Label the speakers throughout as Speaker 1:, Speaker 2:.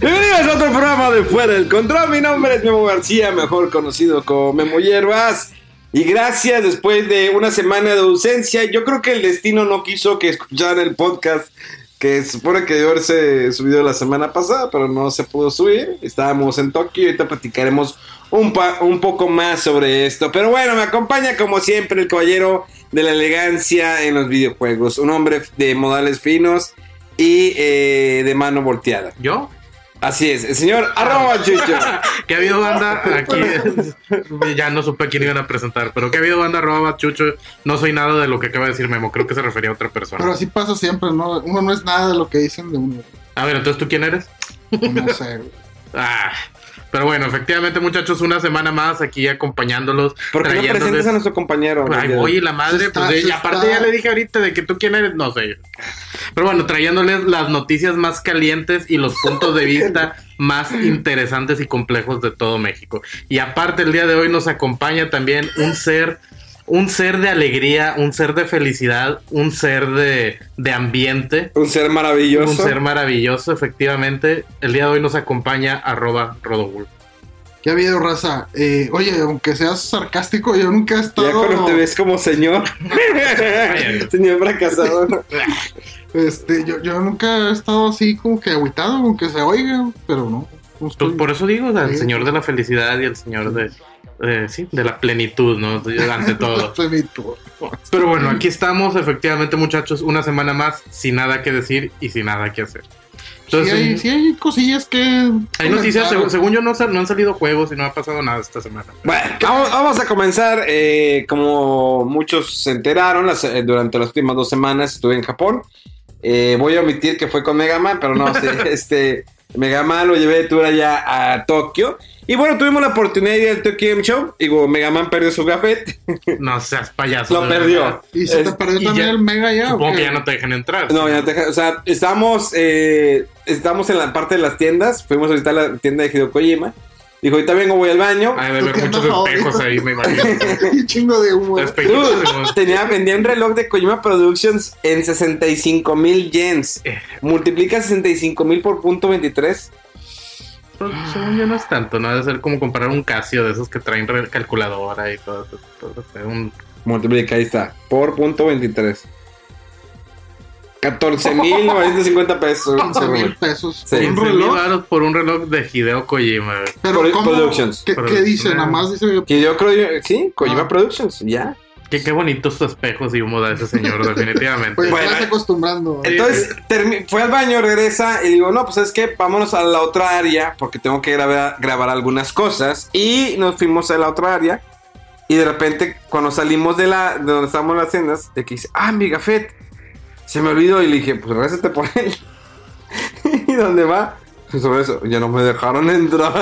Speaker 1: Bienvenidos a otro programa de Fuera del Control. Mi nombre es Memo García, mejor conocido como Memo Hierbas. Y gracias, después de una semana de ausencia, yo creo que el destino no quiso que escucharan el podcast que se supone que debió haberse subido la semana pasada, pero no se pudo subir. Estábamos en Tokio y ahorita platicaremos un, pa- un poco más sobre esto. Pero bueno, me acompaña como siempre el caballero de la elegancia en los videojuegos. Un hombre de modales finos y eh, de mano volteada.
Speaker 2: ¿Yo?
Speaker 1: Así es, el señor
Speaker 2: Ah.
Speaker 1: arroba Chucho.
Speaker 2: ¿Qué ha habido, banda? Aquí ya no supe quién iban a presentar, pero ¿qué ha habido, banda? Arroba Chucho. No soy nada de lo que acaba de decir Memo, creo que se refería a otra persona.
Speaker 3: Pero así pasa siempre, ¿no? Uno no es nada de lo que dicen de uno.
Speaker 2: A ver, entonces tú quién eres?
Speaker 3: No sé. güey.
Speaker 2: Ah, pero bueno, efectivamente, muchachos, una semana más aquí acompañándolos.
Speaker 1: ¿Por qué no
Speaker 2: trayéndoles-
Speaker 1: presentas a nuestro compañero?
Speaker 2: Ay, oye, la madre,
Speaker 3: Se está-
Speaker 2: pues eh,
Speaker 3: se
Speaker 2: y aparte
Speaker 3: está-
Speaker 2: ya le dije ahorita de que tú quién eres, no sé. Pero bueno, trayéndoles las noticias más calientes y los puntos de vista más interesantes y complejos de todo México. Y aparte el día de hoy nos acompaña también un ser, un ser de alegría, un ser de felicidad, un ser de, de ambiente.
Speaker 1: Un ser maravilloso.
Speaker 2: Un ser maravilloso, efectivamente. El día de hoy nos acompaña arroba Rodobul.
Speaker 3: ¿Qué ha habido, raza? Eh, oye, aunque seas sarcástico, yo nunca he estado.
Speaker 1: Ya cuando te ves como señor. señor fracasado. ¿no?
Speaker 3: Este, yo, yo nunca he estado así como que aguitado, aunque se oiga, pero no. no estoy-
Speaker 2: Pues por eso digo, o sea, el
Speaker 3: Sí.
Speaker 2: señor de la felicidad y el señor de, eh, sí, de la plenitud, ¿no? Ante todo.
Speaker 3: estoy bien, tú.
Speaker 2: Pero bueno, aquí estamos, efectivamente, muchachos, una semana más sin nada que decir y sin nada que hacer. Entonces,
Speaker 3: sí, hay, sí hay cosillas que.
Speaker 2: hay noticias, seg- según yo, no, sal- no han salido juegos y no ha pasado nada esta semana.
Speaker 1: Bueno, vamos, vamos a comenzar. eh, como muchos se enteraron, las- eh, durante las últimas dos semanas estuve en Japón. Eh, voy a omitir que fue con Mega Man, pero no, sí, este Mega Man lo llevé de tour allá a Tokio. Y bueno, tuvimos la oportunidad de ir al Tokyo Game Show. Digo, Mega Man perdió su gafete.
Speaker 2: No seas payaso.
Speaker 1: lo
Speaker 2: de verdad.
Speaker 1: perdió.
Speaker 3: Y se te
Speaker 1: Es-
Speaker 3: perdió
Speaker 2: y
Speaker 3: también
Speaker 2: ya-
Speaker 3: el Mega ya. ¿o
Speaker 2: Supongo
Speaker 3: qué?
Speaker 2: que ya no te dejan entrar.
Speaker 1: No, ya te deja- o sea, estamos, eh, estamos en la parte de las tiendas. Fuimos a visitar la tienda de Hideo Kojima. Dijo, ahorita vengo, voy al baño.
Speaker 2: Hay de
Speaker 3: Tú
Speaker 2: haber
Speaker 3: que
Speaker 2: muchos
Speaker 3: andas
Speaker 2: espejos
Speaker 3: ahorita.
Speaker 2: ahí, me imagino.
Speaker 3: Y chingo de humo. ¿eh?
Speaker 2: Espejitos,
Speaker 1: Tenía, vendía un reloj de Kojima Productions en 65 mil yens.
Speaker 2: Eh.
Speaker 1: Multiplica 65 mil por punto 23.
Speaker 2: Pero, Según yo no es tanto, no ha de ser como comprar un Casio de esos que traen re- calculadora y todo. todo, todo, todo, un-
Speaker 1: Multiplica, ahí está. Por punto 23. 14 mil 950 pesos.
Speaker 3: 11 mil pesos.
Speaker 1: Sí.
Speaker 3: un
Speaker 2: 15,000
Speaker 3: reloj.
Speaker 2: varos por un reloj de Hideo Kojima. güey.
Speaker 3: Pero,
Speaker 1: Produ-
Speaker 3: ¿cómo?
Speaker 1: Productions.
Speaker 3: ¿Qué,
Speaker 2: Produ-
Speaker 3: ¿Qué dice? Nada más dice.
Speaker 1: Que yo creo, sí, Kojima
Speaker 3: Ah.
Speaker 1: Productions, ya.
Speaker 2: Qué, qué bonitos sus espejos y humo da ese señor, definitivamente.
Speaker 3: Pues
Speaker 1: Bueno,
Speaker 3: estás
Speaker 1: eh.
Speaker 3: acostumbrando.
Speaker 1: Entonces termi- fue al baño, regresa y digo, no, pues es que vámonos a la otra área porque tengo que grabar, grabar algunas cosas. Y nos fuimos a la otra área y de repente cuando salimos de la de donde estábamos las tiendas, de que dice, ah, mi gafet, se me olvidó y le dije, pues regrésate por él. ¿Y dónde va? Pues sobre eso, ya no me dejaron entrar.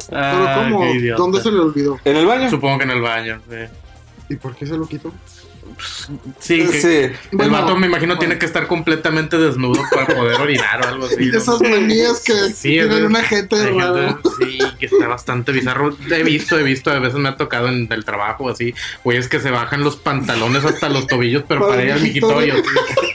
Speaker 3: Pero
Speaker 2: Ah,
Speaker 3: ¿cómo?
Speaker 2: qué idiota.
Speaker 3: ¿Dónde se le olvidó?
Speaker 1: ¿En el baño?
Speaker 2: Supongo que en el baño. sí.
Speaker 3: ¿Y por qué se lo quitó?
Speaker 2: Sí, que-
Speaker 1: Sí.
Speaker 2: el
Speaker 3: Eh, Bueno,
Speaker 2: vato me imagino tiene que estar completamente desnudo para poder orinar o algo así.
Speaker 3: Y
Speaker 2: ¿no?
Speaker 3: de esas manías que
Speaker 2: Sí, es
Speaker 3: tienen
Speaker 2: de-
Speaker 3: una gente de
Speaker 2: Hay gente-
Speaker 3: raro.
Speaker 2: sí, que está bastante bizarro. He visto, he visto, a veces me ha tocado en el trabajo así, güey, es que se bajan los pantalones hasta los tobillos, pero para ir al mijitorio. así,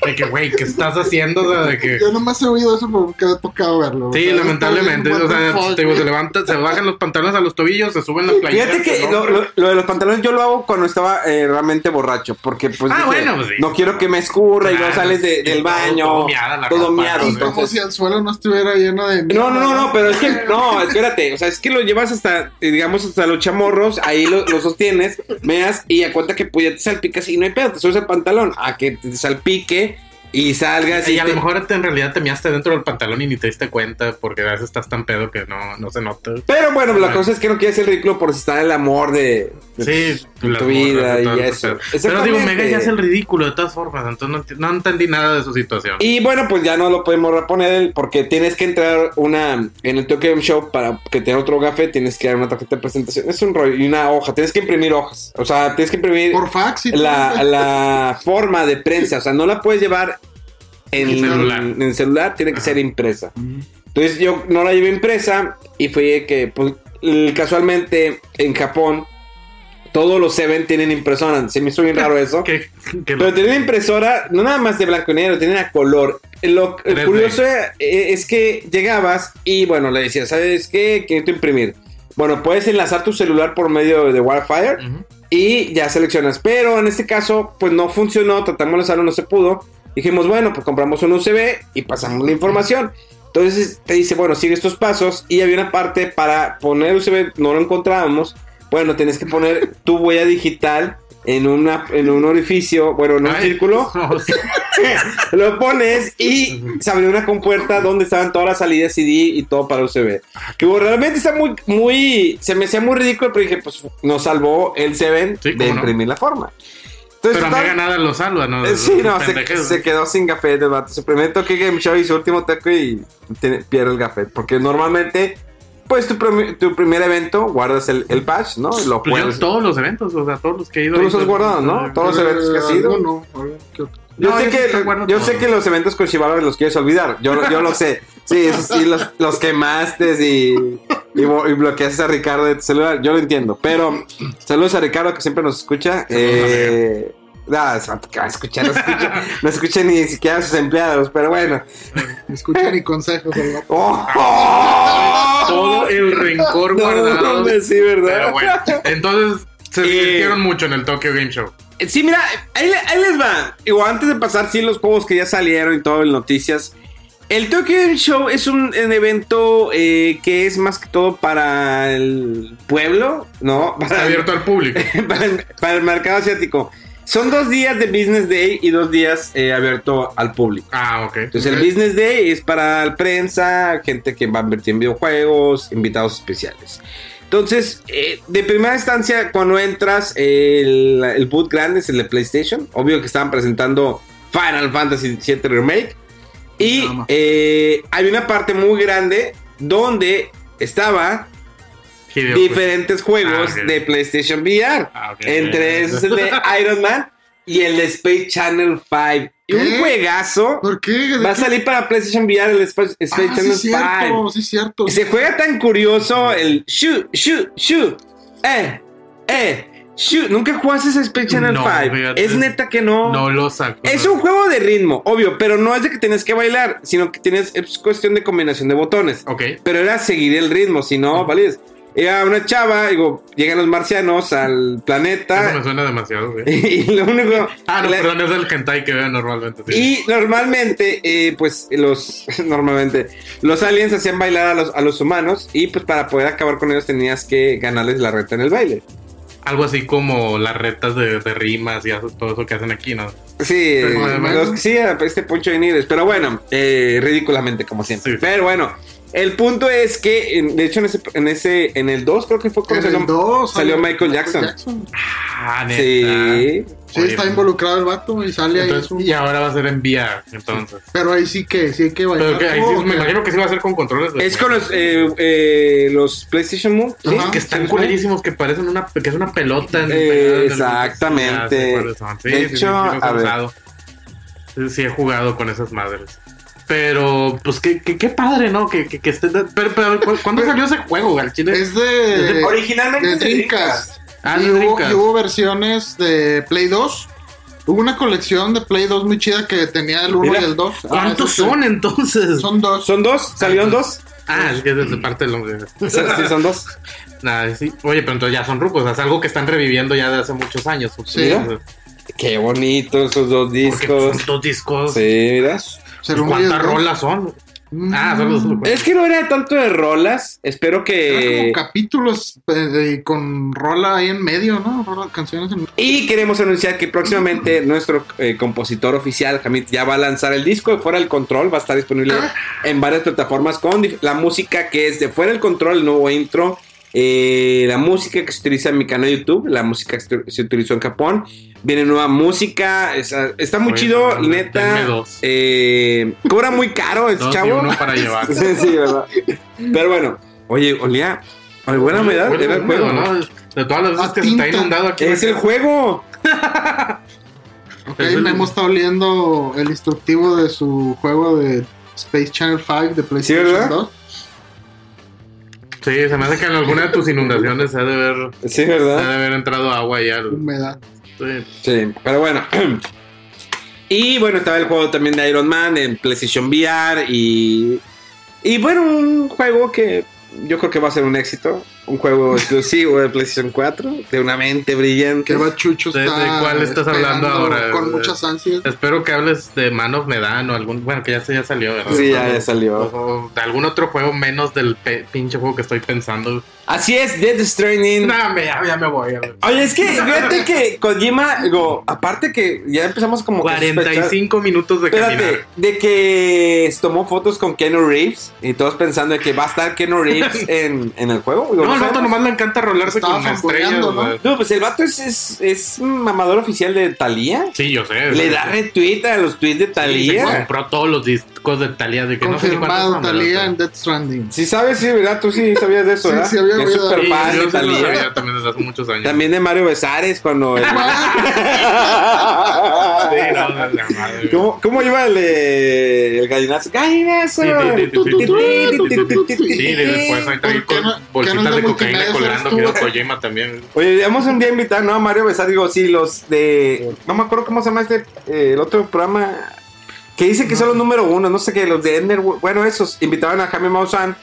Speaker 2: De que, güey, ¿qué estás haciendo? O sea, de que,
Speaker 3: Yo nomás he oído eso porque me ha tocado verlo.
Speaker 2: sí,
Speaker 3: O sea,
Speaker 2: lamentablemente.
Speaker 3: está
Speaker 2: O
Speaker 3: bien,
Speaker 2: sea,
Speaker 3: what
Speaker 2: te
Speaker 3: the fuck.
Speaker 2: digo, se levantan, se bajan los pantalones a los tobillos, se suben las playeras.
Speaker 1: Fíjate que
Speaker 2: se
Speaker 1: lo,
Speaker 2: doblan.
Speaker 1: lo- lo de los pantalones yo lo hago cuando estaba eh, realmente borracho, porque pues,
Speaker 2: Ah,
Speaker 1: dije,
Speaker 2: bueno, pues, sí.
Speaker 1: no quiero que me escurra y
Speaker 2: Claro,
Speaker 1: no sales de-
Speaker 2: sí,
Speaker 1: del
Speaker 2: todo-
Speaker 1: baño,
Speaker 2: todo miada la
Speaker 1: todo
Speaker 2: ropa,
Speaker 1: miado,
Speaker 2: ¿no?
Speaker 3: Y como
Speaker 1: entonces-
Speaker 3: si el suelo no estuviera lleno de.
Speaker 1: No, no, no,
Speaker 3: mierda,
Speaker 1: no, pero es que, no, espérate, o sea, es que lo llevas hasta, eh, digamos, hasta los chamorros, ahí lo, lo sostienes, meas, y a cuenta que pues ya te salpicas y no hay pedo, te subes el pantalón, a que te salpique Y salgas
Speaker 2: Y a
Speaker 1: te-
Speaker 2: lo mejor te- en realidad te miaste dentro del pantalón y ni te diste cuenta porque a veces estás tan pedo que no, no se nota.
Speaker 1: Pero bueno, la
Speaker 2: Ah.
Speaker 1: cosa es que no quieres ser ridículo por estar el amor de, de-
Speaker 2: Sí,
Speaker 1: de
Speaker 2: las
Speaker 1: tu
Speaker 2: morras,
Speaker 1: vida
Speaker 2: de
Speaker 1: y
Speaker 2: todo el
Speaker 1: eso.
Speaker 2: pedo. Pero digo,
Speaker 1: Exactamente.
Speaker 2: Mega ya es el ridículo de todas formas, entonces no, enti- no entendí nada de su situación.
Speaker 1: Y bueno, pues ya no lo podemos reponer él, porque tienes que entrar una en el Tokyo Game Show para que te den otro gafe, tienes que dar una tarjeta de presentación. Es un rollo y una hoja, tienes que imprimir hojas. O sea, tienes que imprimir
Speaker 3: Por fax y
Speaker 1: la,
Speaker 3: todo.
Speaker 1: la forma de prensa. O sea, no la puedes llevar en
Speaker 2: En celular.
Speaker 1: En celular, tiene que ser impresa. Entonces yo no la llevé impresa y fue que pues, l- casualmente en Japón todos los Seven tienen impresora. Se me hizo bien raro eso.
Speaker 2: Que- que lo-
Speaker 1: Pero tienen impresora, no nada más de blanco y negro, tienen a color. Lo
Speaker 2: 3D.
Speaker 1: curioso e- es que llegabas y bueno, le decías, ¿sabes qué? Quiero imprimir. Bueno, puedes enlazar tu celular por medio de Wi-Fi
Speaker 2: Ujú.
Speaker 1: y ya seleccionas. Pero en este caso, pues no funcionó, tratamos de hacerlo, no se pudo. Dijimos, bueno, pues compramos un USB y pasamos la información. Entonces te dice, bueno, sigue estos pasos y había una parte para poner USB, no lo encontrábamos. Bueno, tienes que poner tu huella digital en, una, en un orificio, bueno, en un
Speaker 2: Ay,
Speaker 1: círculo.
Speaker 2: no, sí.
Speaker 1: Lo pones y se abrió una compuerta donde estaban todas las salidas CD y todo para USB.
Speaker 2: Ah,
Speaker 1: Que bueno, realmente está muy, muy, se me hacía muy ridículo, pero dije, pues nos salvó el Seven
Speaker 2: Sí,
Speaker 1: de
Speaker 2: cómo no.
Speaker 1: imprimir la forma. Entonces,
Speaker 2: Pero a
Speaker 1: total-
Speaker 2: Mega nada lo salva, ¿no?
Speaker 1: eh, Sí, no, se,
Speaker 2: Pendejez.
Speaker 1: se quedó sin café de vato. Su primer toque Game Show y su último toque y tiene- pierde el café. Porque normalmente, pues tu, prim- tu primer evento guardas el, el patch, ¿no? Y Lo
Speaker 2: Pues yo
Speaker 1: puedes.
Speaker 2: todos los eventos, o sea, todos los que he ido.
Speaker 1: Tú los
Speaker 2: ahí,
Speaker 1: has
Speaker 2: pues,
Speaker 1: guardado, ¿no? Todos los
Speaker 3: Eh,
Speaker 1: eventos que has ido.
Speaker 3: algo no, algo que-
Speaker 1: Yo,
Speaker 2: No,
Speaker 1: sé,
Speaker 2: yo sí
Speaker 1: que,
Speaker 2: te guardo
Speaker 1: yo
Speaker 2: todo.
Speaker 1: sé que los eventos con Shibaba los quieres olvidar. Yo, lo- yo lo sé. Sí, eso sí, los, los quemaste y, y, bo- y bloqueaste a Ricardo de tu celular. Yo lo entiendo. Pero saludos a Ricardo que siempre nos escucha. Eh, nada, se va a- que va a escuchar, no escucha, no escucha ni siquiera a sus empleados. Pero bueno.
Speaker 3: No escucha ni consejos, ¿verdad?
Speaker 1: ¡Oh!
Speaker 2: Todo el rencor
Speaker 1: No,
Speaker 2: guardado.
Speaker 1: hombre, sí, ¿verdad?
Speaker 2: Pero bueno, entonces se
Speaker 1: Eh.
Speaker 2: divirtieron mucho en el Tokyo Game Show.
Speaker 1: Sí, mira, ahí, le- ahí les va. Digo, antes de pasar, sí, los juegos que ya salieron y todo en noticias. El Tokyo Game Show es un, un evento eh, que es más que todo para el pueblo, ¿no?
Speaker 2: Está
Speaker 1: Para el,
Speaker 2: abierto al público.
Speaker 1: para el- para el mercado asiático. Son dos días de Business Day y dos días eh, abierto al público.
Speaker 2: Ah, ok.
Speaker 1: Entonces,
Speaker 3: Ok.
Speaker 1: el Business Day es para la prensa, gente que va a invertir en videojuegos, invitados especiales. Entonces, eh, de primera instancia, cuando entras, el, el boot grande es el de PlayStation. Obvio que estaban presentando Final Fantasy VII Remake. Y
Speaker 3: Drama.
Speaker 1: eh, hay una parte muy grande donde estaba
Speaker 2: Hideo
Speaker 1: diferentes juegos
Speaker 2: pues. Ah, ok.
Speaker 1: de PlayStation VR.
Speaker 2: Ah, ok.
Speaker 1: Entre esos el de Iron Man y el de Space Channel 5. Y un
Speaker 3: ¿Qué?
Speaker 1: juegazo.
Speaker 3: ¿Por qué? ¿De
Speaker 1: Va a
Speaker 3: qué?
Speaker 1: salir para PlayStation VR el Space, Space
Speaker 3: Ah, sí,
Speaker 1: Channel
Speaker 3: es cierto,
Speaker 1: 5.
Speaker 3: sí, es cierto.
Speaker 1: Se juega tan curioso el shoot, shoot, shoot. Eh, eh, shoot. Nunca jugaste ese Space Channel
Speaker 2: No,
Speaker 1: 5.
Speaker 2: fíjate.
Speaker 1: Es neta que
Speaker 2: No lo saco.
Speaker 1: es un juego de ritmo, obvio, pero no es de que tienes que bailar, sino que tienes, es cuestión de combinación de botones.
Speaker 2: Ok.
Speaker 1: Pero era seguir el ritmo, si no, valías. Era una chava, digo, llegan los marcianos al
Speaker 2: Eso me
Speaker 1: planeta
Speaker 2: suena demasiado, güey.
Speaker 1: y lo único...
Speaker 2: Ah, no,
Speaker 1: la-
Speaker 2: perdón, es el hentai que veo normalmente. sí.
Speaker 1: y normalmente, eh, pues los normalmente los aliens hacían bailar a los, a los humanos y pues para poder acabar con ellos tenías que ganarles la reta en el baile.
Speaker 2: Algo así como las retas de, de rimas y haces todo eso que hacen aquí, ¿no?
Speaker 1: Sí,
Speaker 2: Pero como de
Speaker 1: los-
Speaker 2: mano.
Speaker 1: sí, a este Poncho de Nigres, pero bueno, eh, ridículamente como siempre.
Speaker 2: Sí.
Speaker 1: Pero bueno, el punto es que, en- de hecho, en ese, en ese, en el 2 creo que fue cuando
Speaker 3: En el
Speaker 1: salió,
Speaker 3: 2
Speaker 1: salió Michael Jackson.
Speaker 2: Ah, neta.
Speaker 1: Sí,
Speaker 3: Sí,
Speaker 2: Oye,
Speaker 3: está involucrado el vato y sale ahí.
Speaker 2: entonces,
Speaker 3: su-
Speaker 2: y ahora va a ser en VR, entonces.
Speaker 3: Pero ahí sí que, sí hay que bailar.
Speaker 2: Pero que ahí sí,
Speaker 3: ¿no?
Speaker 2: me
Speaker 3: Que-
Speaker 2: imagino que sí va a ser con controles. de-
Speaker 1: Pues, es con los, eh, eh, los PlayStation Move. ¿sí?
Speaker 3: Ajá.
Speaker 2: que están culerísimos, que parecen una, que es una pelota. en-
Speaker 1: Eh,
Speaker 2: pegada en el-
Speaker 1: exactamente.
Speaker 2: Ya sé cuáles son. Sí,
Speaker 1: De
Speaker 2: sí,
Speaker 1: hecho,
Speaker 2: sí, sí, los he
Speaker 1: a ver.
Speaker 2: usado. Sí, sí he jugado con esas madres. Pero, pues, qué, qué, qué padre, ¿no? Que, que, que esté... Pero, pero, ¿cu- ¿cuándo salió ese juego, al chile?
Speaker 3: Es de.
Speaker 1: Originalmente
Speaker 3: de
Speaker 1: de
Speaker 3: Dreamcast.
Speaker 2: Ah,
Speaker 3: y,
Speaker 2: de
Speaker 3: hubo,
Speaker 2: Dreamcast.
Speaker 3: y hubo versiones de Play 2. Hubo una colección de Play 2 muy chida que tenía el 1
Speaker 1: Mira,
Speaker 3: y el 2. Ah,
Speaker 2: ¿Cuántos
Speaker 3: eso sí.
Speaker 2: son, entonces?
Speaker 3: Son dos.
Speaker 1: ¿Son dos? ¿Salieron dos?
Speaker 2: Ah, es que es de parte del hombre.
Speaker 1: Sí, son dos.
Speaker 2: Nada, sí. Oye, pero entonces ya son rucos. O sea, es algo que están reviviendo ya de hace muchos años.
Speaker 3: Sí.
Speaker 2: Mira.
Speaker 1: Qué bonito esos dos
Speaker 2: Porque son
Speaker 1: discos.
Speaker 2: dos discos. Pues,
Speaker 1: Sí, mira.
Speaker 3: Será un
Speaker 2: ¿Cuántas
Speaker 3: riesgo.
Speaker 2: rolas son?
Speaker 3: Mm,
Speaker 2: Ah, solo los locutores.
Speaker 1: Mm. Es que no era tanto de rolas. Espero
Speaker 3: Era
Speaker 1: que.
Speaker 3: como capítulos eh, de- con rola ahí en medio, ¿no? Rola, canciones en
Speaker 1: Y queremos anunciar que próximamente nuestro eh, compositor oficial, Hamid, ya va a lanzar el disco de Fuera del Control. Va a estar disponible
Speaker 2: Ah.
Speaker 1: en varias plataformas con dif- la música que es de Fuera del Control, el nuevo intro. eh, la música que se utiliza en mi canal de YouTube, la música que se- se utilizó en Japón. Viene nueva música. esa- está muy
Speaker 2: Oye,
Speaker 1: chido,
Speaker 2: denme-
Speaker 1: neta.
Speaker 2: denme dos.
Speaker 1: eh, cobra muy caro el
Speaker 2: Dos y
Speaker 1: chavo.
Speaker 2: uno para llevar.
Speaker 1: Sí, sí, ¿verdad? Pero bueno, oye, olía. Alguna humedad
Speaker 2: Huele
Speaker 1: era el
Speaker 2: húmedo,
Speaker 1: juego, ¿no?
Speaker 2: ¿no? De todas las veces
Speaker 3: A
Speaker 2: que se está
Speaker 3: tinta.
Speaker 2: inundado aquí.
Speaker 1: Es el juego.
Speaker 3: Ok,
Speaker 2: Es el-
Speaker 3: Memo está oliendo el instructivo de su juego de Space Channel 5 de PlayStation
Speaker 1: ¿verdad?
Speaker 3: 2.
Speaker 2: Sí, se me hace que en alguna de tus inundaciones ha de haber,
Speaker 1: Sí,
Speaker 2: ha
Speaker 1: ¿verdad?
Speaker 2: de haber entrado agua ya.
Speaker 3: Humedad.
Speaker 2: Sí.
Speaker 1: Sí, pero bueno. Y bueno, estaba el juego también de Iron Man en PlayStation VR y... Y bueno, un juego que yo creo que va a ser un éxito. Un juego exclusivo de PlayStation 4, de una mente brillante.
Speaker 3: Que va Chucho
Speaker 2: ¿De-
Speaker 3: está
Speaker 2: de cuál estás hablando
Speaker 3: esperando
Speaker 2: ahora? eh,
Speaker 3: Con
Speaker 2: ¿De-
Speaker 3: muchas ansias.
Speaker 2: Espero que hables de Man of Medan o algún. Bueno, que ya, se- ya salió, ¿verdad?
Speaker 1: Sí, ya, ya
Speaker 2: O-
Speaker 1: salió.
Speaker 2: o de algún otro juego menos del pe- pinche juego que estoy pensando.
Speaker 1: Así es, Death Stranding.
Speaker 2: No, me- ya, ya me voy. ya me-
Speaker 1: Oye, es que fíjate que Kojima, digo, aparte que ya empezamos como... que a sospechar-
Speaker 2: 45 minutos de
Speaker 1: Espérate,
Speaker 2: caminar.
Speaker 1: de que se tomó fotos con Keanu Reeves y todos pensando de que va a estar Keanu Reeves en, en el juego. Digo,
Speaker 2: No, al
Speaker 1: sabemos.
Speaker 2: vato nomás le encanta rolarse
Speaker 3: Estaba
Speaker 2: con estrellas.
Speaker 3: fanboyando, ¿no?
Speaker 2: güey.
Speaker 1: No, pues el vato es, es, es un mamador oficial de Thalía.
Speaker 2: Sí, yo sé.
Speaker 1: Le da retweet a los tweets de
Speaker 2: Y se
Speaker 1: Thalía.
Speaker 2: compró todos los discos de Talía de que
Speaker 3: Confirmado,
Speaker 2: no sé ni cuántos
Speaker 3: Talía en
Speaker 2: mamadas.
Speaker 3: Death Stranding.
Speaker 1: Si sabes, sí, ¿verdad? Tú sí sabías de eso,
Speaker 3: Sí,
Speaker 1: ¿verdad?
Speaker 3: sí, había
Speaker 1: Que es
Speaker 3: oído.
Speaker 1: súper
Speaker 2: Sí,
Speaker 1: fan
Speaker 2: yo
Speaker 1: de
Speaker 2: sí lo
Speaker 1: Thalía.
Speaker 2: sabía también desde hace muchos años.
Speaker 1: También de Mario Besares cuando... el-
Speaker 2: Sí, no, no, no, madre.
Speaker 1: Ah, ¿Cómo, ¿Cómo iba el, eh, el gallinazo? ¡Gallinazo!
Speaker 2: Sí, sí, Sí,
Speaker 3: Sí,
Speaker 2: y después ahí trae
Speaker 3: ¿Por qué no-
Speaker 2: con bolsitas
Speaker 3: qué no
Speaker 2: de
Speaker 3: es de
Speaker 2: cocaína
Speaker 3: multimedia,
Speaker 2: colgando
Speaker 3: eres
Speaker 2: que
Speaker 3: tú?
Speaker 2: era Kojima también.
Speaker 1: Oye, vamos un día a invitar, ¿no? A Mario Besar, digo, sí, los de. No me acuerdo cómo se llama este. eh, el otro programa. Que dice que son los número uno, no sé qué, los de Ender. Bueno, esos invitaban a Jaime Maussan.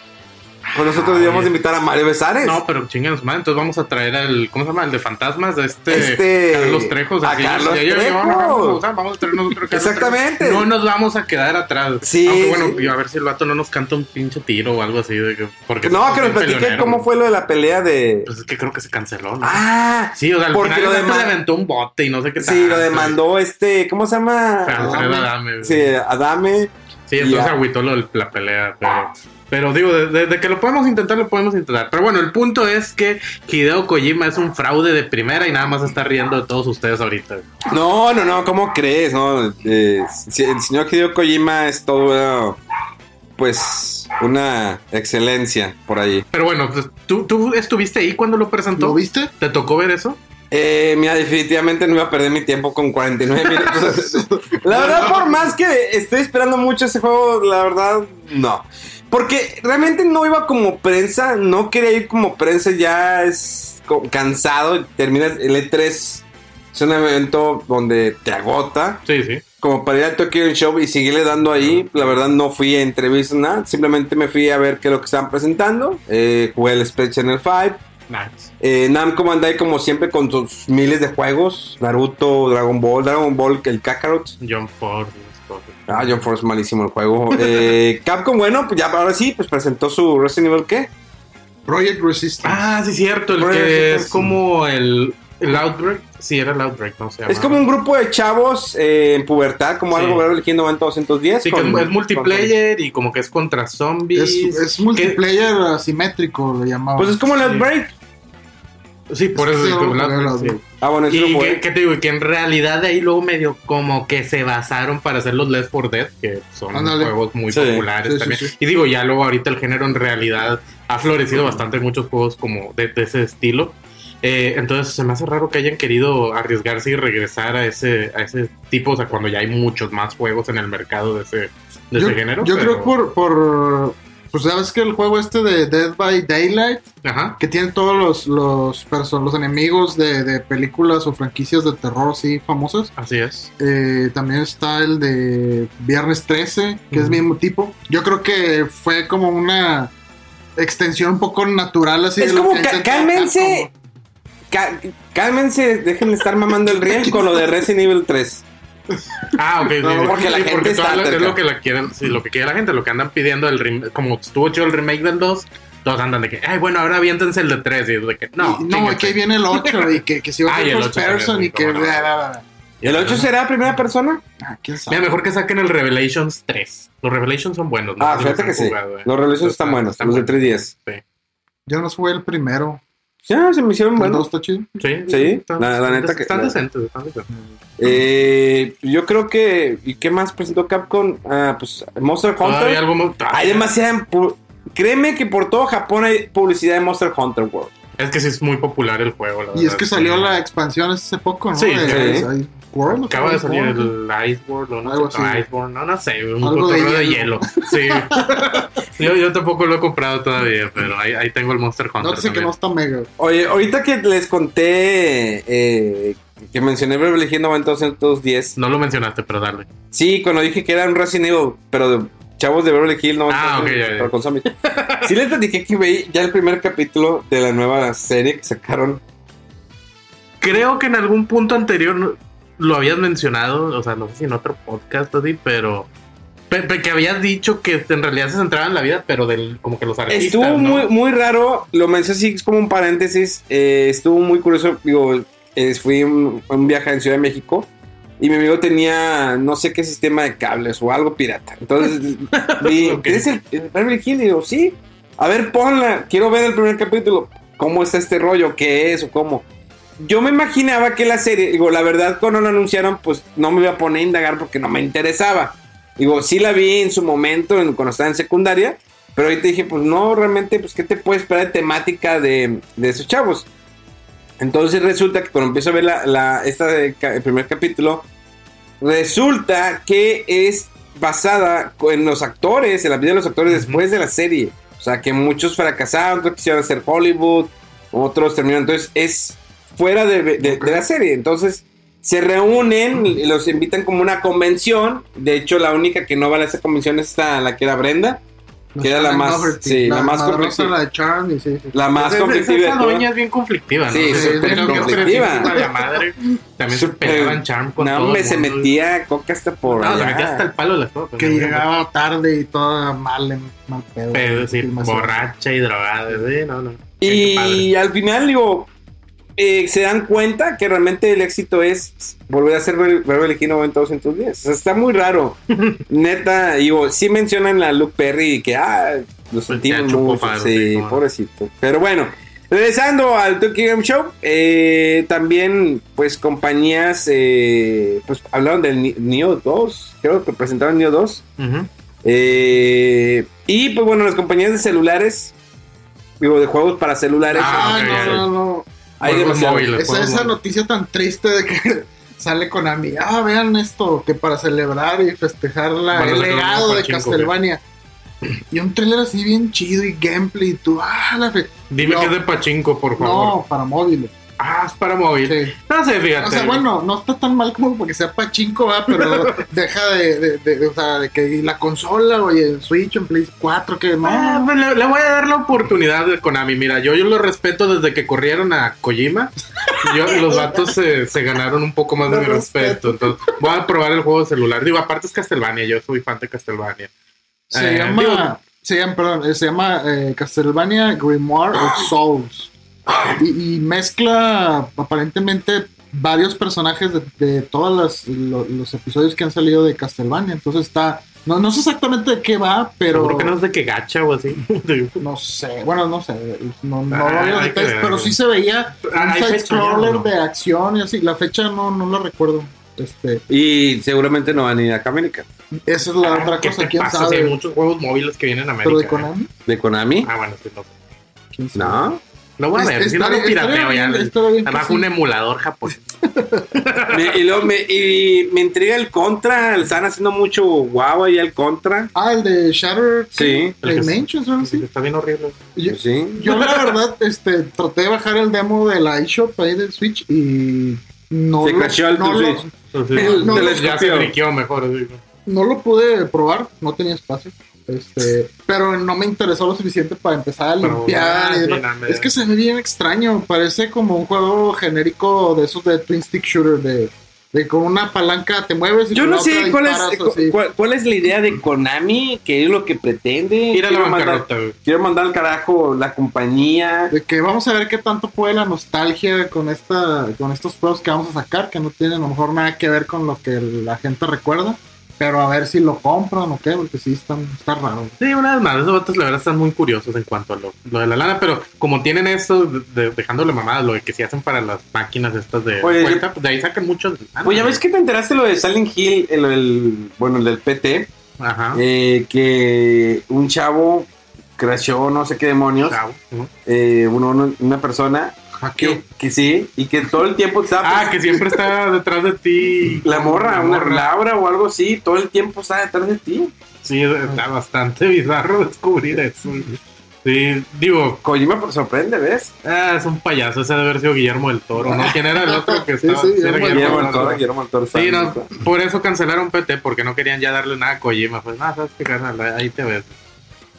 Speaker 1: Pues nosotros
Speaker 2: Ay.
Speaker 1: íbamos a invitar a Mario Besares.
Speaker 2: Ah, No, pero chingados, man. Entonces vamos a traer al. ¿Cómo se llama? El de fantasmas. Este.
Speaker 1: Este-
Speaker 2: Carlos Trejos.
Speaker 1: a
Speaker 2: así, ya-
Speaker 1: Carlos
Speaker 2: ya- ya- ya-
Speaker 1: Trejo.
Speaker 2: no, vamos, o sea, vamos a traernos otro Carlos
Speaker 1: Exactamente.
Speaker 2: Trejo. No nos vamos a quedar atrás.
Speaker 1: Sí,
Speaker 2: Aunque bueno,
Speaker 1: sí.
Speaker 2: yo a ver si el vato no nos canta un pinche tiro o algo así. de que- porque
Speaker 1: no, que nos
Speaker 2: bien
Speaker 1: platique
Speaker 2: peleonero,
Speaker 1: cómo
Speaker 2: güey.
Speaker 1: fue lo de la pelea de.
Speaker 2: Pues es que creo que se canceló. ¿no?
Speaker 1: Ah,
Speaker 2: sí, o sea, al
Speaker 1: porque
Speaker 2: final
Speaker 1: lo
Speaker 2: el vato le
Speaker 1: deman-
Speaker 2: aventó un bote y no sé qué
Speaker 1: sí, lo
Speaker 2: tanto,
Speaker 1: demandó este. ¿Cómo se llama?
Speaker 2: güey. Alfredo Adame, güey.
Speaker 1: Sí, Adame.
Speaker 2: Sí, entonces
Speaker 1: Ya.
Speaker 2: agüitó lo de la pelea, pero. Pero digo, desde que lo podemos intentar, lo podemos intentar. Pero bueno, el punto es que Hideo Kojima es un fraude de primera y nada más está riendo de todos ustedes ahorita.
Speaker 1: No, no, no, ¿cómo crees? No, Eh, si- el señor Hideo Kojima es todo, pues, una excelencia por ahí.
Speaker 2: Pero bueno, pues, ¿tú, tú estuviste ahí cuando lo presentó?
Speaker 3: ¿Lo viste?
Speaker 2: ¿Te tocó ver eso?
Speaker 1: Eh, mira, definitivamente no iba a perder mi tiempo con 49 minutos. la verdad, por más que estoy esperando mucho ese juego, la verdad, no. Porque realmente no iba como prensa, no quería ir como prensa, ya es co- cansado, terminas el E3, es un evento donde te agota.
Speaker 2: Sí, sí.
Speaker 1: como para ir al Tokyo Game Show y seguirle dando ahí. La verdad no fui a entrevistas, nada. Simplemente me fui a ver qué es lo que estaban presentando. Eh, jugué el Space Channel 5.
Speaker 2: Nice.
Speaker 1: Eh, Namco Bandai como siempre con sus miles de juegos. Naruto, Dragon Ball, Dragon Ball, el Kakarot.
Speaker 2: John Ford. esas cosas.
Speaker 1: Ah, John Force malísimo el juego. Eh, Capcom, bueno, pues ya ahora sí, pues presentó su Resident Evil ¿qué?
Speaker 3: Project Resistance.
Speaker 2: Ah, sí, cierto. El
Speaker 1: Bueno,
Speaker 2: que
Speaker 1: sí, pues,
Speaker 2: es
Speaker 1: sí.
Speaker 2: como el, el Outbreak. Sí, era el Outbreak, no sé.
Speaker 1: Es como un grupo de chavos eh, en pubertad, como
Speaker 2: Sí.
Speaker 1: algo ¿verdad? eligiendo 210.
Speaker 2: Sí, que
Speaker 1: con-
Speaker 2: es, es multiplayer y como que es contra
Speaker 3: es,
Speaker 2: zombies.
Speaker 3: es
Speaker 2: Que-
Speaker 3: multiplayer asimétrico, lo llamaban.
Speaker 1: Pues es como el
Speaker 2: Sí.
Speaker 1: Outbreak.
Speaker 2: Sí, por
Speaker 3: Es
Speaker 2: eso
Speaker 3: que
Speaker 2: es
Speaker 3: no
Speaker 2: como el
Speaker 3: lo jugué,
Speaker 2: Outbreak,
Speaker 3: la
Speaker 2: sí.
Speaker 3: verdad.
Speaker 1: Ah, bueno, eso lo
Speaker 2: Y
Speaker 1: jugué.
Speaker 2: que, que te digo, y que en realidad de ahí luego medio como que se basaron para hacer los Left 4 Dead, que son
Speaker 3: Ándale.
Speaker 2: juegos muy
Speaker 1: Sí,
Speaker 2: populares
Speaker 3: sí, sí,
Speaker 2: también.
Speaker 3: sí.
Speaker 2: Y digo, ya luego ahorita el género en realidad ha florecido bastante en muchos juegos como de, de ese estilo. Eh, entonces se me hace raro que hayan querido arriesgarse y regresar a ese, a ese tipo, o sea, cuando ya hay muchos más juegos en el mercado de ese, de
Speaker 3: yo,
Speaker 2: ese género.
Speaker 3: yo
Speaker 2: pero-
Speaker 3: creo por, por. Pues sabes que el juego este de Dead by Daylight,
Speaker 2: Ajá.
Speaker 3: que tiene todos los los, perso- los enemigos de, de películas o franquicias de terror así famosas.
Speaker 2: Así es.
Speaker 3: Eh, también está el de Viernes 13, que es
Speaker 2: Ujú.
Speaker 3: mismo tipo. Yo creo que fue como una extensión un poco natural así.
Speaker 1: Es
Speaker 3: de lo
Speaker 1: como,
Speaker 3: que
Speaker 1: ca-
Speaker 3: intenta
Speaker 1: cálmense. Cá- cálmense, déjenme estar mamando el riel con lo de Resident Evil 3.
Speaker 3: Capcom.
Speaker 2: Ah, ok. sí,
Speaker 1: No,
Speaker 2: sí.
Speaker 1: porque la
Speaker 2: Sí,
Speaker 1: gente
Speaker 2: porque
Speaker 1: está
Speaker 2: toda la- es
Speaker 1: terca.
Speaker 2: lo que la quieren, sí, lo que quiere la gente, lo que andan pidiendo el rem- como estuvo chido el remake del 2, todos andan de que, ay, bueno, ahora aviéntense el de 3 y es de que no,
Speaker 3: Y- no,
Speaker 2: chíngate".
Speaker 3: que ahí viene el 8 y que, que si va a
Speaker 2: Ah, y
Speaker 3: ser
Speaker 2: el
Speaker 3: first
Speaker 2: ocho también,
Speaker 3: person y que.
Speaker 2: cómo no.
Speaker 3: bla, bla, bla.
Speaker 1: ¿El 8 será primera persona?
Speaker 3: Ah, ¿Quién sabe?
Speaker 2: Mira, mejor que saquen el Revelations 3. Los Revelations son buenos. no
Speaker 1: Ah,
Speaker 2: sé si
Speaker 1: fíjate
Speaker 2: los
Speaker 1: que
Speaker 2: han
Speaker 1: sí.
Speaker 2: jugado, eh.
Speaker 1: Los relojes están buenos, los de 3DS.
Speaker 3: Yo no jugué el primero.
Speaker 1: Ya, se me hicieron
Speaker 3: ¿El dos
Speaker 1: buenos.
Speaker 3: está chido?
Speaker 2: Sí,
Speaker 1: Sí, la- la neta que-
Speaker 2: Están
Speaker 1: la-
Speaker 2: decentes, están decentes.
Speaker 1: Eh, yo creo que. ¿Y qué más presentó Capcom? Ah, pues Monster
Speaker 2: Todavía
Speaker 1: Hunter.
Speaker 2: algo más-
Speaker 1: Hay demasiada. pu- Créeme que por todo Japón hay publicidad de Monster Hunter World.
Speaker 2: Es que sí es muy popular el juego, la
Speaker 3: Y es
Speaker 2: verdad,
Speaker 3: que
Speaker 2: sí.
Speaker 3: salió la expansión hace poco, ¿no?
Speaker 2: Sí,
Speaker 3: De-
Speaker 2: sí.
Speaker 3: de- World,
Speaker 2: Acaba de salir
Speaker 3: World.
Speaker 2: el Iceborne, o no
Speaker 3: Algo
Speaker 2: sé, no,
Speaker 3: así.
Speaker 2: Iceborne, no, no sé, un
Speaker 3: Algo de
Speaker 2: cotorreo de, hielo. Sí. yo, yo tampoco lo he comprado todavía, pero ahí, ahí tengo el Monster Hunter.
Speaker 3: No sé que
Speaker 2: también.
Speaker 3: no está mega.
Speaker 1: Oye, ahorita que les conté. eh, que mencioné Revelation 9210.
Speaker 2: No lo mencionaste, pero dale.
Speaker 1: Sí, cuando dije que era un Resident Evil, pero de chavos de Beverly Hills, no.
Speaker 2: Ah,
Speaker 1: entonces,
Speaker 2: ok, ya, ya.
Speaker 1: pero con zombies. sí les platiqué que veí ya el primer capítulo de la nueva serie que sacaron.
Speaker 2: Creo que en algún punto anterior lo habías mencionado, o sea, no sé si en otro podcast o así, pero. pe- pe- que habías dicho que en realidad se centraba en la vida, pero del como que los artistas.
Speaker 1: Estuvo
Speaker 2: ¿no?
Speaker 1: muy, muy raro, lo mencioné así, es como un paréntesis. eh, estuvo muy curioso, digo, eh, fui un, un viaje en Ciudad de México. Y mi amigo tenía no sé qué sistema de cables o algo pirata. Entonces, vi,
Speaker 2: Ok.
Speaker 1: ¿tienes el, el Beverly Hills? Y digo, sí. A ver, ponla. Quiero ver el primer capítulo. ¿Cómo está este rollo? ¿Qué es o cómo? Yo me imaginaba que la serie, digo, la verdad, cuando lo anunciaron, pues no me iba a poner a indagar porque no me interesaba. Digo, sí la vi en su momento, en- cuando estaba en secundaria, pero ahorita dije, pues no, realmente, pues, ¿qué te puedes esperar de temática de, de esos chavos? Entonces resulta que cuando empiezo a ver la, la- esta de ca- el primer capítulo, resulta que es basada co- en los actores, en la vida de los actores después de la serie. O sea, que muchos fracasaron, otros quisieron hacer Hollywood, otros terminaron. Entonces es fuera de, de- de la serie. Entonces se reúnen, y los invitan como una convención. De hecho, la única que no va a esa convención es esta, la que era Brenda. Que era la
Speaker 3: Shannon
Speaker 1: más-
Speaker 3: Doherty,
Speaker 1: sí, la más
Speaker 3: madrosa,
Speaker 1: conflictiva.
Speaker 3: La de Charm y sí, sí.
Speaker 1: La más
Speaker 2: Esa- esa-
Speaker 1: conflictiva de
Speaker 2: Esa
Speaker 1: todas.
Speaker 2: doña es bien conflictiva, ¿no?
Speaker 1: Sí,
Speaker 2: O sea,
Speaker 3: súper
Speaker 2: creo que es
Speaker 1: conflictiva.
Speaker 2: tretísima de la madre. También se
Speaker 1: Súper-
Speaker 2: peleaban charm con
Speaker 1: No,
Speaker 2: todo
Speaker 1: hombre,
Speaker 2: el
Speaker 1: se
Speaker 2: mundo.
Speaker 1: metía coca hasta por.
Speaker 2: No, se
Speaker 1: allá.
Speaker 2: metía hasta el palo de las cosas.
Speaker 3: Que
Speaker 2: ¿no?
Speaker 3: llegaba tarde y toda mal, en- mal pedo.
Speaker 2: Pedo, sí,
Speaker 3: Filmación.
Speaker 2: borracha y drogada. Sí, no, no. Qué padre.
Speaker 1: Y al final, digo, eh, se dan cuenta que realmente el éxito es volver a ser Ver- Beverly Hills 90210. O sea, está muy raro. Neta, digo, sí mencionan a Luke Perry y que, ah, lo sentimos
Speaker 2: Pues chupó
Speaker 1: mucho.
Speaker 2: paro, sí,
Speaker 1: sí,
Speaker 2: cómo no.
Speaker 1: pobrecito. Pero bueno, regresando al Tokyo Game Show, eh, también, pues, compañías, eh, pues, hablaron del Ni- Neo 2, creo que presentaron Neo 2.
Speaker 2: Ujú.
Speaker 1: Eh, y pues bueno, las compañías de celulares, digo, de juegos para celulares,
Speaker 2: Ah,
Speaker 3: Ah,
Speaker 2: ok, ya,
Speaker 3: no,
Speaker 2: ya.
Speaker 3: no, no.
Speaker 1: hay
Speaker 2: juegos
Speaker 1: demasiado.
Speaker 2: móviles. Los
Speaker 3: Esa,
Speaker 2: juegos
Speaker 3: esa
Speaker 2: móviles.
Speaker 3: noticia tan triste de que sale Konami. Ah, vean esto, que para celebrar y festejar la,
Speaker 2: Van a
Speaker 3: el
Speaker 2: sacar
Speaker 3: legado
Speaker 2: un
Speaker 3: de
Speaker 2: pachinko,
Speaker 3: Castlevania. Y un trailer así bien chido y gameplay. Y tú, ah, la fe.
Speaker 2: Dime
Speaker 3: No.
Speaker 2: que es de pachinko, por favor.
Speaker 3: No, para móviles.
Speaker 2: Ah, es para móvil.
Speaker 3: Sí.
Speaker 2: No sé, fíjate.
Speaker 3: O sea, bueno, no está tan mal como porque sea pachinko, va, pero deja de, de, de- de- o sea, de que la consola, oye, el Switch, en Play 4, que no,
Speaker 2: Ah,
Speaker 3: no, no.
Speaker 2: pues le, le voy a dar la oportunidad de Konami. Mira, yo, yo lo respeto desde que corrieron a Kojima. Yo, los vatos se, se ganaron un poco más de
Speaker 3: Lo
Speaker 2: mi respeto. Entonces, voy a probar el juego de celular. Digo, aparte es Castlevania. Yo soy fan de Castlevania.
Speaker 3: se
Speaker 2: eh,
Speaker 3: llama,
Speaker 2: digo-
Speaker 3: se llama, perdón, eh, se llama eh, Castlevania Grimoire
Speaker 2: Ah.
Speaker 3: of Souls. Y, y mezcla aparentemente varios personajes de, de todos los, episodios que han salido de Castlevania. Entonces está, no, no sé exactamente de qué va, pero...
Speaker 2: Seguro que no es de que gacha o así.
Speaker 3: No sé, bueno, no sé, no, no
Speaker 2: Ah,
Speaker 3: hablo
Speaker 2: hay
Speaker 3: de
Speaker 2: que
Speaker 3: detalles,
Speaker 2: ver.
Speaker 3: pero sí se veía un
Speaker 2: Ah, ¿hay
Speaker 3: side
Speaker 2: fecha ya o
Speaker 3: scroller
Speaker 2: no?
Speaker 3: de acción y así. La fecha no, no la recuerdo. Este,
Speaker 1: Y seguramente no van a ir a América.
Speaker 3: esa es la otra
Speaker 2: Ah, ¿Qué
Speaker 3: cosa,
Speaker 2: te
Speaker 3: quién
Speaker 2: pasa? Si
Speaker 3: sabe.
Speaker 2: hay muchos juegos móviles que vienen a América.
Speaker 3: pero de
Speaker 2: ¿eh?
Speaker 3: Konami,
Speaker 1: ¿De Konami?
Speaker 2: Ah, bueno, sí, no. sé.
Speaker 3: quién sabe.
Speaker 1: No.
Speaker 2: Lo voy a
Speaker 3: Es-
Speaker 2: ver. Si no
Speaker 3: estaría-
Speaker 2: lo pirateo
Speaker 3: estaría
Speaker 2: ya.
Speaker 3: bien, estaría bien que
Speaker 2: Abajo un em-
Speaker 3: sí.
Speaker 2: emulador japonés.
Speaker 1: Me- y, luego me, y me intriga el contra. le Están haciendo mucho guau ahí al contra.
Speaker 3: Ah, el de Shattered
Speaker 1: Sí, pues
Speaker 2: el que es-
Speaker 3: Dimensions, ¿no? Sí.
Speaker 2: Está bien horrible.
Speaker 3: Yo,
Speaker 1: Sí.
Speaker 3: yo la verdad, este, traté de bajar el demo de la eShop ahí del Switch y no
Speaker 1: Se
Speaker 3: lo-
Speaker 1: crasheó el
Speaker 3: no
Speaker 1: tu
Speaker 3: lo-
Speaker 1: Switch.
Speaker 2: Entonces,
Speaker 3: no,
Speaker 2: ya se
Speaker 1: telescopio.
Speaker 2: briqueó mejor. así.
Speaker 3: no lo pude probar, no tenía espacio. Este, pero no me interesó lo suficiente para empezar a
Speaker 2: Pero,
Speaker 3: limpiar.
Speaker 2: ah, sí,
Speaker 3: y demás.
Speaker 2: no, me-
Speaker 3: es que se ve bien extraño, parece como un juego genérico de esos de Twin Stick Shooter de De con una palanca te mueves y
Speaker 1: Yo
Speaker 3: con
Speaker 1: no
Speaker 3: la
Speaker 1: sé
Speaker 3: otra
Speaker 1: cuál
Speaker 3: disparas,
Speaker 1: es, cu-
Speaker 3: así.
Speaker 1: cuál, cuál es la idea de Konami, que es lo que pretende.
Speaker 2: Ir a la
Speaker 1: Quiero mandar-
Speaker 2: bancarrota, güey.
Speaker 1: Quiero mandar al carajo la compañía.
Speaker 3: De que vamos a ver qué tanto puede la nostalgia con esta con estos juegos que vamos a sacar, que no tienen a lo mejor nada que ver con lo que la gente recuerda, pero a ver si lo compran o qué, porque sí están, está raro.
Speaker 2: Sí, una vez más, esos vatos la verdad están muy curiosos en cuanto a lo, lo de la lana, pero como tienen eso, de- dejándole mamadas, lo de que se hacen para las máquinas estas de
Speaker 1: Oye,
Speaker 2: cuenta, pues de ahí sacan muchos.
Speaker 1: Pues ya ves que te enteraste lo de Silent Hill, el, el- bueno, el del PT,
Speaker 2: Ajá.
Speaker 1: eh, que un chavo creció no Ah, sé qué demonios,
Speaker 2: Chao. Ujú.
Speaker 1: eh, uno- uno- una persona que,
Speaker 2: Hackeo.
Speaker 1: que sí, y que todo el tiempo estaba
Speaker 2: Eh, Ah, que siempre está detrás de ti.
Speaker 1: la morra, una Laura o algo así, todo el tiempo está detrás de ti.
Speaker 2: Sí, está bastante bizarro descubrir eso. Sí, digo,
Speaker 1: Kojima pues, sorprende, ¿ves?
Speaker 2: ah, es un payaso, ese ha de haber sido Guillermo del Toro, ¿no? ¿Quién era el otro que
Speaker 3: Sí,
Speaker 2: estaba?
Speaker 3: sí,
Speaker 2: Sí, era
Speaker 3: Guillermo del
Speaker 1: Guillermo
Speaker 3: Toro.
Speaker 1: del Toro, Guillermo del Toro.
Speaker 2: Sí, no,
Speaker 1: Santos.
Speaker 2: por eso cancelaron PT, porque no querían ya darle nada a Kojima. Pues nada, sabes qué, carnal, ahí te ves.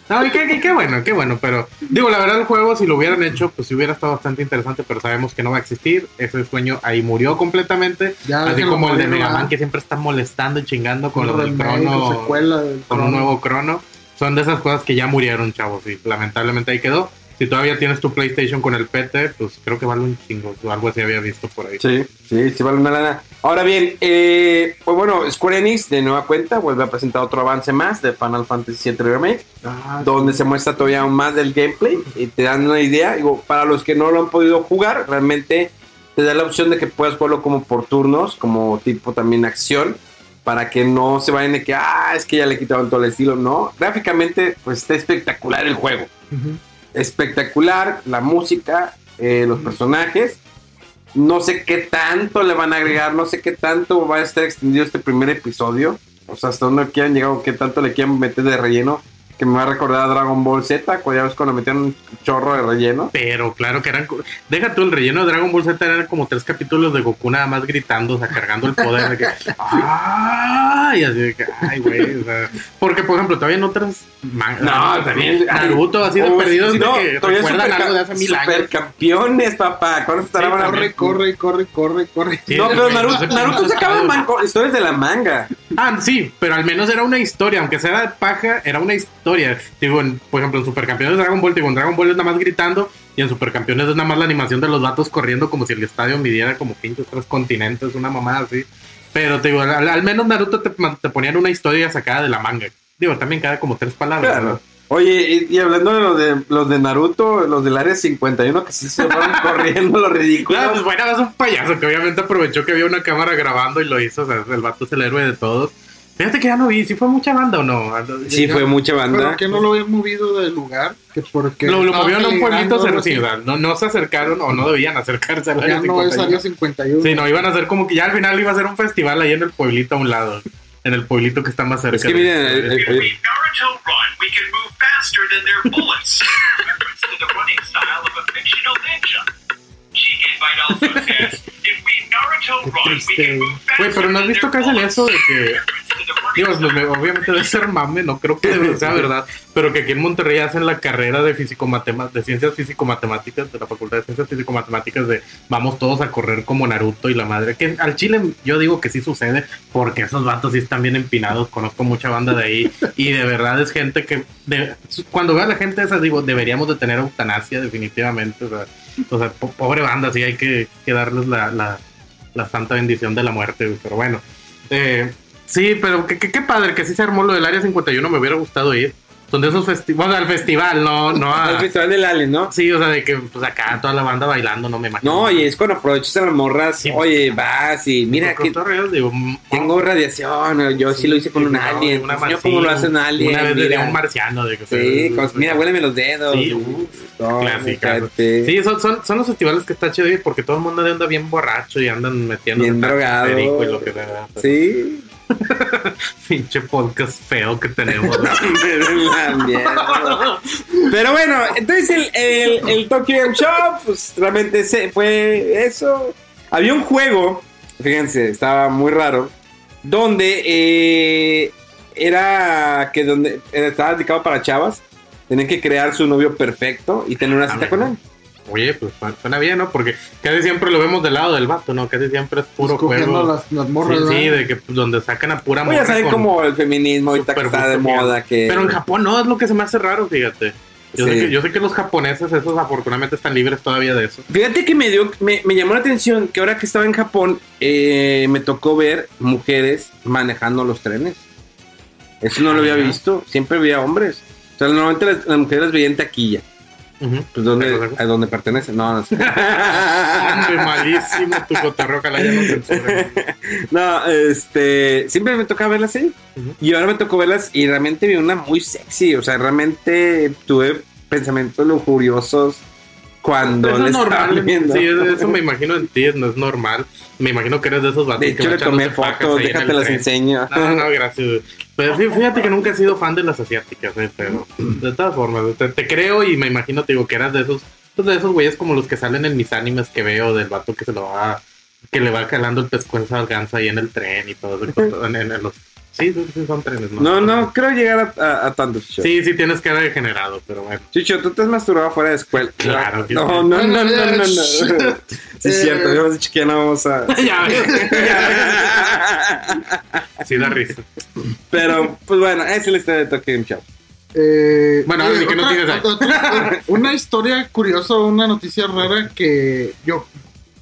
Speaker 2: No, y qué, qué- qué bueno, qué bueno, pero digo, la verdad, el juego, si lo hubieran hecho, pues sí hubiera estado bastante interesante, pero sabemos que no va a existir. Ese sueño ahí murió completamente.
Speaker 3: Ya
Speaker 2: así
Speaker 3: déjenlo
Speaker 2: como el de
Speaker 3: morir,
Speaker 2: Mega
Speaker 3: ¿verdad?
Speaker 2: Man, que siempre está molestando y chingando con lo del
Speaker 3: remake,
Speaker 2: crono
Speaker 3: secuela del
Speaker 2: con un
Speaker 3: Chrono.
Speaker 2: nuevo crono. Son de esas cosas que ya murieron, chavos, y lamentablemente ahí quedó. Si todavía tienes tu PlayStation con el PT, pues creo que vale un chingo, o algo así había visto por ahí.
Speaker 1: Sí, sí, sí vale una lana. Ahora bien, eh, pues bueno, Square Enix de nueva cuenta vuelve a presentar otro avance más de Final Fantasy VII Remake,
Speaker 3: Ah,
Speaker 1: donde se muestra todavía aún más del gameplay y te dan una idea. Digo, para los que no lo han podido jugar, realmente te da la opción de que puedas jugarlo como por turnos, como tipo también acción, para que no se vayan de que, ah, es que ya le quitaron todo el estilo. No, gráficamente, pues está espectacular el juego
Speaker 3: ujú.
Speaker 1: espectacular, la música, eh, los personajes. No sé qué tanto le van a agregar, no sé qué tanto va a estar extendido este primer episodio. O sea, hasta dónde quieran llegar o qué tanto le quieran meter de relleno. Que me va a recordar a Dragon Ball Z, cuando ya ves cuando metían un chorro de relleno.
Speaker 2: Pero claro que eran. co- Deja tú el relleno de Dragon Ball Z, eran como tres capítulos de Goku nada más gritando, o sea, cargando el poder. de que, ¡Ah! Y así de que, ¡ay, güey! o sea, porque, por ejemplo, todavía en otras. man-
Speaker 1: No, también.
Speaker 2: Naruto, así de
Speaker 1: Oh,
Speaker 2: perdidos,
Speaker 1: sí,
Speaker 2: de
Speaker 1: no,
Speaker 2: que
Speaker 1: todavía
Speaker 2: recuerdan
Speaker 1: superca-
Speaker 2: algo de hace mil años.
Speaker 1: Supercampeones, papá. ¿Cuándo estará
Speaker 2: Sí,
Speaker 3: Corre, corre, corre, corre, corre.
Speaker 2: Sí,
Speaker 1: No, pero
Speaker 2: güey,
Speaker 1: Naruto,
Speaker 2: no sé-
Speaker 1: Naruto se acaba de manco- historias de la manga.
Speaker 2: Ah, sí, pero al menos era una historia, aunque sea de paja, era una historia. Digo, en- por ejemplo, en Supercampeones de Dragon Ball, digo, en Dragon Ball es nada más gritando y en Supercampeones es nada más la animación de los vatos corriendo como si el estadio midiera como pinches tres continentes, una mamada así. Pero te digo, al, al menos Naruto te, ma- te ponían una historia sacada de la manga. Digo, también cada como tres palabras.
Speaker 1: Claro.
Speaker 2: ¿no?
Speaker 1: Oye, y, y hablando de los, de los de Naruto, los del área 51 que sí se fueron corriendo, lo ridículo.
Speaker 2: Claro, pues bueno, es un payaso que obviamente aprovechó que había una cámara grabando y lo hizo. O sea, el vato es el héroe de todos. Fíjate que ya no vi, si fue mucha banda o no.
Speaker 1: pues, sí, fue mucha banda.
Speaker 3: Pero que no lo habían movido del lugar, que porque
Speaker 2: Lo, lo
Speaker 3: estaban
Speaker 2: movieron a un
Speaker 3: peligrando,
Speaker 2: pueblito
Speaker 3: algo así.
Speaker 2: cercano. No, no se acercaron o no debían acercarse al área
Speaker 3: Ya no es
Speaker 2: 51.
Speaker 3: área 51.
Speaker 2: Sí, no, iban a hacer como que ya al final iba a ser un festival ahí en el pueblito a un lado. En el pueblito que está más cerca.
Speaker 1: Es que miren,
Speaker 2: de-
Speaker 1: eh,
Speaker 4: If we Naruto run, we can move faster than their bullets. Reference to the running style of a fictional ninja. She invite also says, if we Naruto run, we
Speaker 3: Este,
Speaker 4: can move faster
Speaker 2: Güey, pero no has
Speaker 4: than
Speaker 2: visto que
Speaker 4: their
Speaker 2: hacen
Speaker 4: bullets.
Speaker 2: eso de que.
Speaker 4: Reference to the running
Speaker 2: Digo,
Speaker 4: style
Speaker 2: lo- obviamente debe ser mame, no creo que sea verdad. Pero que aquí en Monterrey hacen la carrera de físico de ciencias físico-matemáticas, de la Facultad de Ciencias Físico-Matemáticas, de vamos todos a correr como Naruto y la madre. Que al Chile yo digo que sí sucede, porque esos vatos sí están bien empinados. Conozco mucha banda de ahí y de verdad es gente que. de- cuando veo a la gente esa, digo, deberíamos de tener eutanasia, definitivamente. O sea, o sea, po- pobre banda, sí hay que, que darles la, la, la santa bendición de la muerte, güey, pero bueno. Eh, sí, pero qué qué- qué padre que sí se armó lo del Área 51, me hubiera gustado ir. Son de esos festivales, al festival, no, no a-
Speaker 1: Ah. el festival del Ale, ¿no?
Speaker 2: Sí, o sea, de que pues acá toda la banda bailando, no me imagino.
Speaker 1: No, oye, es cuando aprovechas a las morras.
Speaker 2: Sí.
Speaker 1: Oye, vas y mira
Speaker 2: Con
Speaker 1: que
Speaker 2: cotorreos, digo, mm,
Speaker 1: tengo radiación. Yo sí, lo hice con un
Speaker 2: no,
Speaker 1: alien.
Speaker 2: una
Speaker 1: Yo
Speaker 2: mar-
Speaker 1: como
Speaker 2: sí,
Speaker 1: lo hace un alien.
Speaker 2: Una vez le di a
Speaker 1: mira.
Speaker 2: un marciano. De que
Speaker 1: Sí, cos- mira, huéleme los dedos.
Speaker 2: Sí,
Speaker 1: Uf, no,
Speaker 2: clásica.
Speaker 1: fíjate.
Speaker 2: Sí, son, son, son los festivales que está chido ir porque todo el mundo anda bien borracho y andan metiendo
Speaker 1: Bien drogado.
Speaker 2: perico y lo que sea.
Speaker 1: Sí.
Speaker 2: Pinche podcast feo que tenemos.
Speaker 1: La mierda. Pero bueno, entonces el, el, el Tokyo Game Show, pues realmente se fue eso. Había un juego, fíjense, estaba muy raro, donde eh, era que eh, donde era- estaba dedicado para chavas, tenían que crear su novio perfecto y tener una
Speaker 2: A
Speaker 1: cita
Speaker 2: ver.
Speaker 1: con él.
Speaker 2: Oye, pues su- suena bien, ¿no? Porque casi siempre lo vemos del lado del vato, ¿no? Casi siempre es puro
Speaker 3: Escogiendo
Speaker 2: juego.
Speaker 3: las, las morras.
Speaker 2: sí, sí,
Speaker 3: ¿verdad?
Speaker 2: de que pues, donde sacan a pura
Speaker 1: Voy a
Speaker 2: morra
Speaker 1: saber
Speaker 2: con
Speaker 1: cómo el feminismo ahorita que
Speaker 2: súper
Speaker 1: está de
Speaker 2: gusto,
Speaker 1: moda.
Speaker 2: mira.
Speaker 1: Que...
Speaker 2: Pero en Japón no, es lo que se me hace raro, fíjate. Yo, sé
Speaker 1: Sí.
Speaker 2: que, yo sé que los japoneses, esos afortunadamente están libres todavía de eso.
Speaker 1: Fíjate que me dio, me, me llamó la atención que ahora que estaba en Japón, eh, me tocó ver mujeres manejando los trenes. Eso no lo había
Speaker 2: Ajá.
Speaker 1: visto, siempre había hombres. O sea, normalmente las, las mujeres las veía en taquilla,
Speaker 2: Ujú.
Speaker 1: pues donde,
Speaker 2: Pero, pero-
Speaker 1: a donde pertenecen. No, no sé.
Speaker 2: Hombre, malísimo tu cotorreo, ojalá ya no censuren.
Speaker 1: No, este, siempre me tocaba verlas así.
Speaker 2: Ujú.
Speaker 1: Y ahora me tocó verlas y realmente vi una muy sexy. O sea, realmente tuve pensamientos lujuriosos cuando
Speaker 2: Eso
Speaker 1: la
Speaker 2: es
Speaker 1: estaba
Speaker 2: normal.
Speaker 1: viendo.
Speaker 2: Sí, eso eso me imagino en ti, no es normal. Me imagino que eres de esos vatos
Speaker 1: De
Speaker 2: que
Speaker 1: hecho,
Speaker 2: va
Speaker 1: le tomé
Speaker 2: echándose pacas
Speaker 1: fotos,
Speaker 2: ahí en el
Speaker 1: déjate las
Speaker 2: tren.
Speaker 1: enseño.
Speaker 2: No, no, gracias. Pero sí, fíjate que nunca he sido fan de las asiáticas, eh, pero de todas formas, te, te creo y me imagino, te digo, que eras de esos, pues, de esos güeyes como los que salen en mis animes que veo del vato que se lo va, que le va calando el pescuezo al ganso ahí en el tren y todo eso. con todo- en, en los, sí, sí, sí, son trenes, ¿no?
Speaker 1: No, no, creo llegar a, a, a tanto, Chucho.
Speaker 2: Sí, sí, tienes cara degenerado, pero bueno.
Speaker 1: Chucho, tú te has masturbado fuera de escuela.
Speaker 2: Claro que
Speaker 1: No,
Speaker 2: sí.
Speaker 1: no, no, no, no, no.
Speaker 3: Shit.
Speaker 1: Sí, es cierto, yo dicho que ya no vamos a...
Speaker 2: ya Sí, da risa.
Speaker 1: Pero, pues bueno, esa es la historia de Tokyo Game Show.
Speaker 3: Eh,
Speaker 2: Bueno,
Speaker 3: oye,
Speaker 2: Andy, ¿qué
Speaker 3: otra-
Speaker 2: noticias hay?
Speaker 3: otra- Una historia curiosa, una noticia rara que yo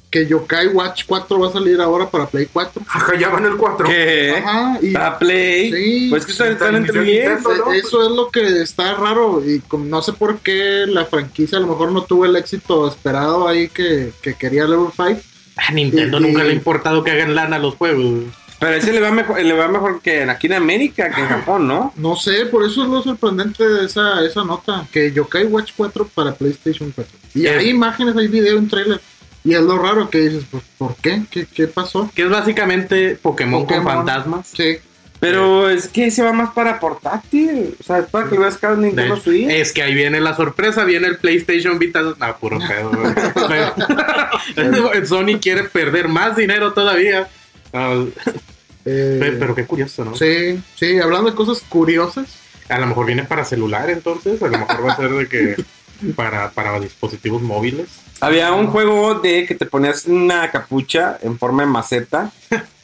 Speaker 3: que Yokai Watch 4 va a salir ahora para Play 4.
Speaker 5: Ajá, ya van el 4.
Speaker 1: ¿Qué?
Speaker 3: Ajá, y
Speaker 1: ¿Para Play?
Speaker 3: Sí.
Speaker 1: Pues que están, están entre
Speaker 5: Transmisión
Speaker 1: bien.
Speaker 5: Nintendo, ¿no?
Speaker 3: eso es lo que está raro y como no sé por qué la franquicia a lo mejor no tuvo el éxito esperado ahí que, que quería Level 5.
Speaker 2: A Ah, Nintendo
Speaker 3: Y-
Speaker 2: nunca le ha
Speaker 3: y-
Speaker 2: importado que hagan lana a los juegos.
Speaker 1: Pero ese le va mejor, le va mejor que en- aquí en América que en Japón, ¿no?
Speaker 3: No sé, por eso es lo sorprendente de esa, esa nota, que Yokai Watch 4 para PlayStation 4. Y
Speaker 2: Sí.
Speaker 3: hay imágenes, hay video, un trailer. Y es lo raro que dices, pues, ¿por qué? ¿Qué, qué pasó?
Speaker 2: Que es básicamente Pokémon,
Speaker 3: Pokémon.
Speaker 2: con fantasmas.
Speaker 3: Sí,
Speaker 1: Pero es que ese va más para portátil. O sea, es para que lo veas cada
Speaker 2: De-
Speaker 1: Nintendo Switch.
Speaker 2: es que ahí viene la sorpresa, viene el PlayStation Vita. No, puro pedo. güey. Pero- Sony quiere perder más dinero todavía. Ah,
Speaker 3: eh,
Speaker 2: pe- pero qué curioso, ¿no?
Speaker 3: sí, sí, hablando de cosas curiosas.
Speaker 2: A lo mejor viene para celular entonces, a lo mejor va a ser de que para, para dispositivos móviles.
Speaker 1: Había un juego de que te ponías una capucha en forma de maceta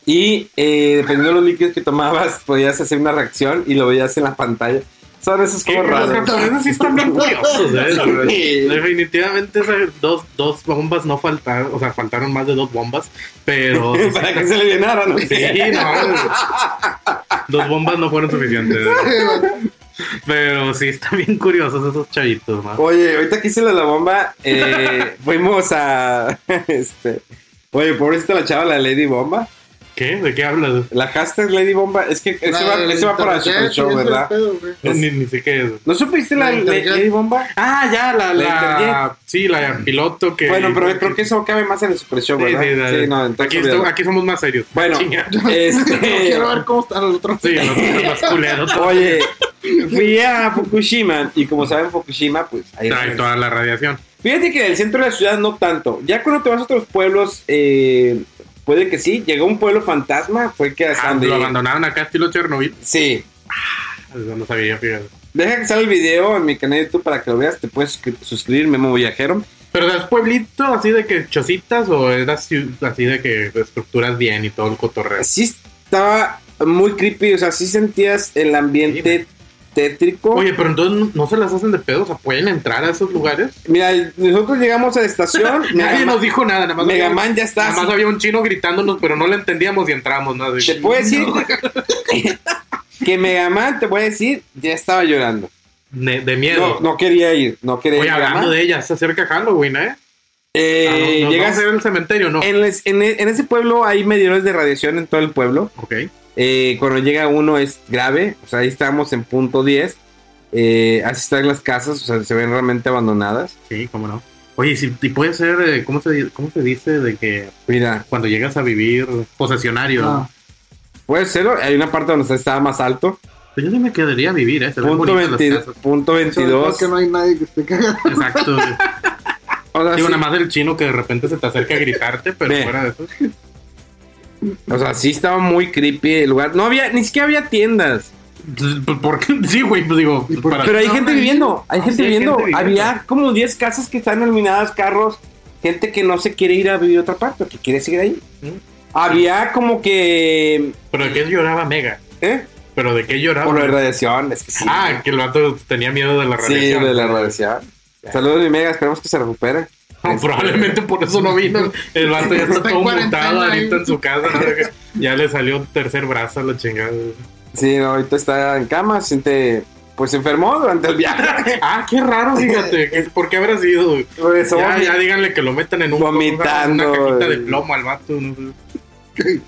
Speaker 1: y eh, dependiendo de los líquidos que tomabas podías hacer una reacción y lo veías en la pantalla. Son esos
Speaker 2: Sí,
Speaker 1: juegos
Speaker 2: Los
Speaker 1: raros.
Speaker 2: japoneses sí están bien curiosos, ¿eh?
Speaker 1: Sí.
Speaker 2: Definitivamente esas dos, dos bombas no faltaron, o sea, faltaron más de dos bombas, pero sí,
Speaker 1: para que se le llenara, ¿no?
Speaker 2: no, dos bombas no fueron suficientes. ¿eh? Pero sí, están bien curiosos esos chavitos, ¿no?
Speaker 1: Oye, ahorita que hice lo de la bomba, eh, fuimos a... este, Oye, pobrecita la chava, la Lady Bomba.
Speaker 2: ¿Qué? ¿De qué hablas?
Speaker 1: La hashtag Lady Bomba, es que ese
Speaker 3: La
Speaker 1: va,
Speaker 3: del
Speaker 1: ese va para el
Speaker 3: internet,
Speaker 1: Super Show,
Speaker 3: ese
Speaker 1: ¿verdad?
Speaker 3: pedo, güey.
Speaker 2: No, Ni, ni sé qué es.
Speaker 1: ¿No supiste la,
Speaker 3: La
Speaker 1: la-
Speaker 3: internet.
Speaker 1: Lady Bomba?
Speaker 2: Ah, ya,
Speaker 1: La
Speaker 2: la, la
Speaker 1: internet.
Speaker 2: sí, la piloto que
Speaker 1: Bueno, pero creo que eso cabe más en el Super Show,
Speaker 2: Sí,
Speaker 1: ¿verdad?
Speaker 2: sí, la-
Speaker 1: no, entonces
Speaker 2: aquí,
Speaker 1: olvídalo.
Speaker 2: esto- aquí somos más serios.
Speaker 1: Bueno,
Speaker 2: Chinga.
Speaker 1: este,
Speaker 3: Quiero ver cómo están los otros.
Speaker 2: sí, nosotros más culeros.
Speaker 1: oye, fui a Fukushima y como saben Fukushima, pues ahí
Speaker 2: Trae toda la radiación.
Speaker 1: Fíjate que en el centro de la ciudad no tanto. Ya cuando te vas a otros pueblos, eh, puede que sí. Llegó un pueblo fantasma, fue que hasta
Speaker 2: Ah,
Speaker 1: donde-
Speaker 2: lo abandonaron acá estilo Chernobyl.
Speaker 1: Sí.
Speaker 2: Eso no sabía, fíjate.
Speaker 1: Deja que salga el video en mi canal de YouTube para que lo veas. Te puedes suscri- suscribir, Memo Viajero.
Speaker 2: Pero ¿es pueblito así de que chocitas o era así así de que estructuras bien y todo el cotorreo?
Speaker 1: Sí estaba muy creepy, o sea, sí sentías el ambiente tétrico.
Speaker 2: Oye, pero entonces no, no se las hacen de pedo, o sea, pueden entrar a esos lugares.
Speaker 1: Mira, nosotros llegamos a la estación.
Speaker 2: Nadie
Speaker 1: Megaman-
Speaker 2: nos dijo nada, nada más. había-
Speaker 1: Megaman ya está.
Speaker 2: Nada más había un chino gritándonos, pero no le entendíamos y entramos, ¿no? De-
Speaker 1: Te puedo decir que Megaman, te voy a decir, ya estaba llorando.
Speaker 2: de, de
Speaker 1: No,
Speaker 2: miedo.
Speaker 1: no quería ir, no quería
Speaker 2: Oye,
Speaker 1: ir. Megaman.
Speaker 2: hablando de ella, se acerca Halloween, ¿eh?
Speaker 1: Eh,
Speaker 2: Ah, no, no,
Speaker 1: llegas
Speaker 2: vamos a ver el cementerio, ¿no?
Speaker 1: en, les- en e- en ese pueblo hay medidores de radiación en todo el pueblo.
Speaker 2: Ok.
Speaker 1: Eh, cuando llega uno es grave, o sea, ahí estamos en punto 10. Eh, así están las casas, o sea, se ven realmente abandonadas.
Speaker 2: Sí, cómo no. Oye, y si, y puede ser, eh, ¿cómo se, di- ¿cómo se dice de que
Speaker 1: Mira,
Speaker 2: cuando llegas a vivir posesionario?
Speaker 3: Ah,
Speaker 1: puede ser, hay una parte donde estaba más alto.
Speaker 2: Pues yo sí me quedaría a vivir, ¿eh? Se ven
Speaker 1: Punto,
Speaker 2: bonitas las
Speaker 1: 20
Speaker 2: casas.
Speaker 1: punto
Speaker 3: sobre todo
Speaker 1: 22.
Speaker 3: que no hay nadie que esté cagando.
Speaker 2: Exacto. güey.
Speaker 1: O sea, Ah,
Speaker 2: Digo,
Speaker 1: sí-
Speaker 2: nada más del chino que de repente se te acerca a gritarte, pero
Speaker 1: Ve.
Speaker 2: fuera de eso.
Speaker 1: O sea, sí estaba muy creepy el lugar. No había, ni siquiera había tiendas.
Speaker 2: Porque sí, güey, pues digo.
Speaker 3: ¿Y por
Speaker 2: para-
Speaker 1: Pero hay gente
Speaker 2: Ahí-
Speaker 1: viviendo, hay gente
Speaker 2: hay
Speaker 1: viviendo.
Speaker 2: gente viviendo.
Speaker 1: Había como 10 casas que están iluminadas, carros, gente que no se quiere ir a vivir a otra parte, que quiere seguir ahí. Había como que.
Speaker 2: Pero de qué lloraba Mega.
Speaker 1: ¿Eh?
Speaker 2: Pero de qué lloraba.
Speaker 1: Por la radiación, es que sí.
Speaker 2: Ah, que el vato tenía miedo de la
Speaker 1: sí,
Speaker 2: radiación.
Speaker 1: de la radiación. Saludos, mi mega, esperemos que se recupere.
Speaker 2: No, probablemente por eso no vino. El vato ya está,
Speaker 3: Está en
Speaker 2: todo
Speaker 3: cuarentena
Speaker 2: mutado
Speaker 3: ahí.
Speaker 2: ahorita en su casa. ¿no? Ya le salió un tercer brazo a la chingada.
Speaker 1: Sí, no, ahorita está en cama, se siente. Pues se enfermó durante el viaje.
Speaker 2: Ah, qué raro, fíjate. que- ¿Por qué habrá sido? güey?
Speaker 1: Pues,
Speaker 2: Ya,
Speaker 1: hombre.
Speaker 2: ya díganle que lo metan en un
Speaker 1: Vomitando,
Speaker 2: una cajita de
Speaker 1: güey.
Speaker 2: plomo al vato. No sé.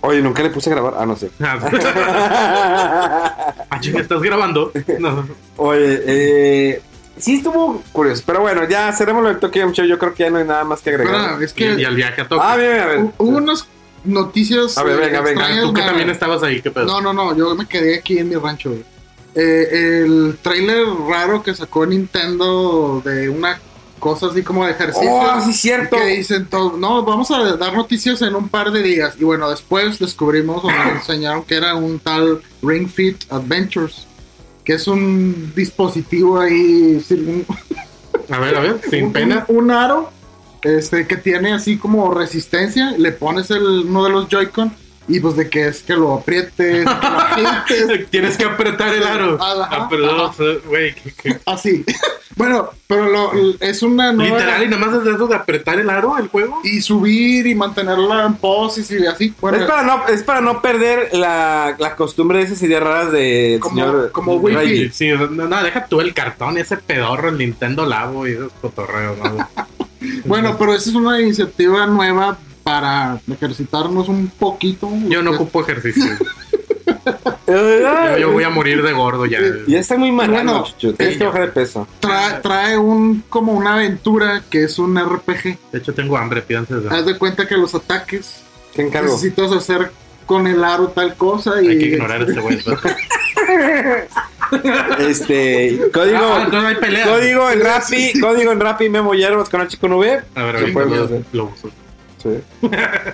Speaker 1: Oye, nunca le puse a grabar. Ah, no sé.
Speaker 2: Ah, ah, chinga, ¿Estás grabando? No.
Speaker 1: Oye, eh, sí estuvo curioso, pero bueno, ya cerremos el Tokyo Game Show. Yo creo que ya no hay nada más que agregar.
Speaker 3: Espera, es
Speaker 2: Y,
Speaker 3: que
Speaker 2: y al viaje a Tokio.
Speaker 1: Ah, bien, a ver.
Speaker 3: hu- hubo unas noticias.
Speaker 1: A ver, venga, venga.
Speaker 3: extrañas,
Speaker 2: Tú que
Speaker 3: man.
Speaker 2: también estabas ahí, qué pedo.
Speaker 3: eh. No, no, no, yo me quedé aquí en mi rancho. güey. Eh, el trailer raro que sacó Nintendo de una cosa así como de ejercicio.
Speaker 1: Oh, sí, cierto.
Speaker 3: Que dicen todo, no, vamos a dar noticias en un par de días. Y bueno, después descubrimos o nos enseñaron que era un tal Ring Fit Adventures, que es un dispositivo ahí, sí, un,
Speaker 2: A ver, a ver, sin
Speaker 3: un-
Speaker 2: pena.
Speaker 3: Un, aro este, que tiene así como resistencia. Le pones el, uno de los Joy-Con y pues de que es que lo aprietes, que lo agites,
Speaker 2: Tienes que apretar el aro.
Speaker 3: Ajá,
Speaker 2: Ah, perdón, güey. que- que-
Speaker 3: así. Ah, bueno, pero lo- es una nueva.
Speaker 2: Literal, y nada más es de eso de apretar el aro el juego.
Speaker 3: Y subir y mantenerla en poses y así. Bueno,
Speaker 1: Es para no, es para no perder la, la costumbre de esas ideas raras de
Speaker 3: Como-
Speaker 1: señor.
Speaker 3: como
Speaker 1: Reggie.
Speaker 3: Wi-Fi.
Speaker 2: Sí, o sea, no, no, deja tú el cartón, ese pedorro, el Nintendo Labo y esos cotorreos, ¿no?
Speaker 3: bueno, pero esa es una iniciativa nueva para ejercitarnos un poquito.
Speaker 2: Yo no ocupo ejercicio. Yo,
Speaker 1: Ay,
Speaker 2: yo voy a morir de gordo ya.
Speaker 1: Ya está muy mal.
Speaker 3: Bueno,
Speaker 1: chucho. Tienes que bajar de peso.
Speaker 3: Trae, trae un como una aventura que es un RPG.
Speaker 2: De hecho, tengo hambre, pídanse. eso.
Speaker 3: Haz de cuenta que los ataques
Speaker 1: Te encargo.
Speaker 3: necesitas hacer con el aro tal cosa y
Speaker 2: Hay que ignorar a este güey.
Speaker 1: Este, código.
Speaker 2: Ah, entonces hay pelea.
Speaker 1: Código en Rappi, código en Rappi Memo Hierbas con H con V.
Speaker 2: A ver,
Speaker 1: Se
Speaker 2: ahorita
Speaker 1: puede
Speaker 2: lo,
Speaker 1: hacer.
Speaker 2: lo uso.
Speaker 1: Sí.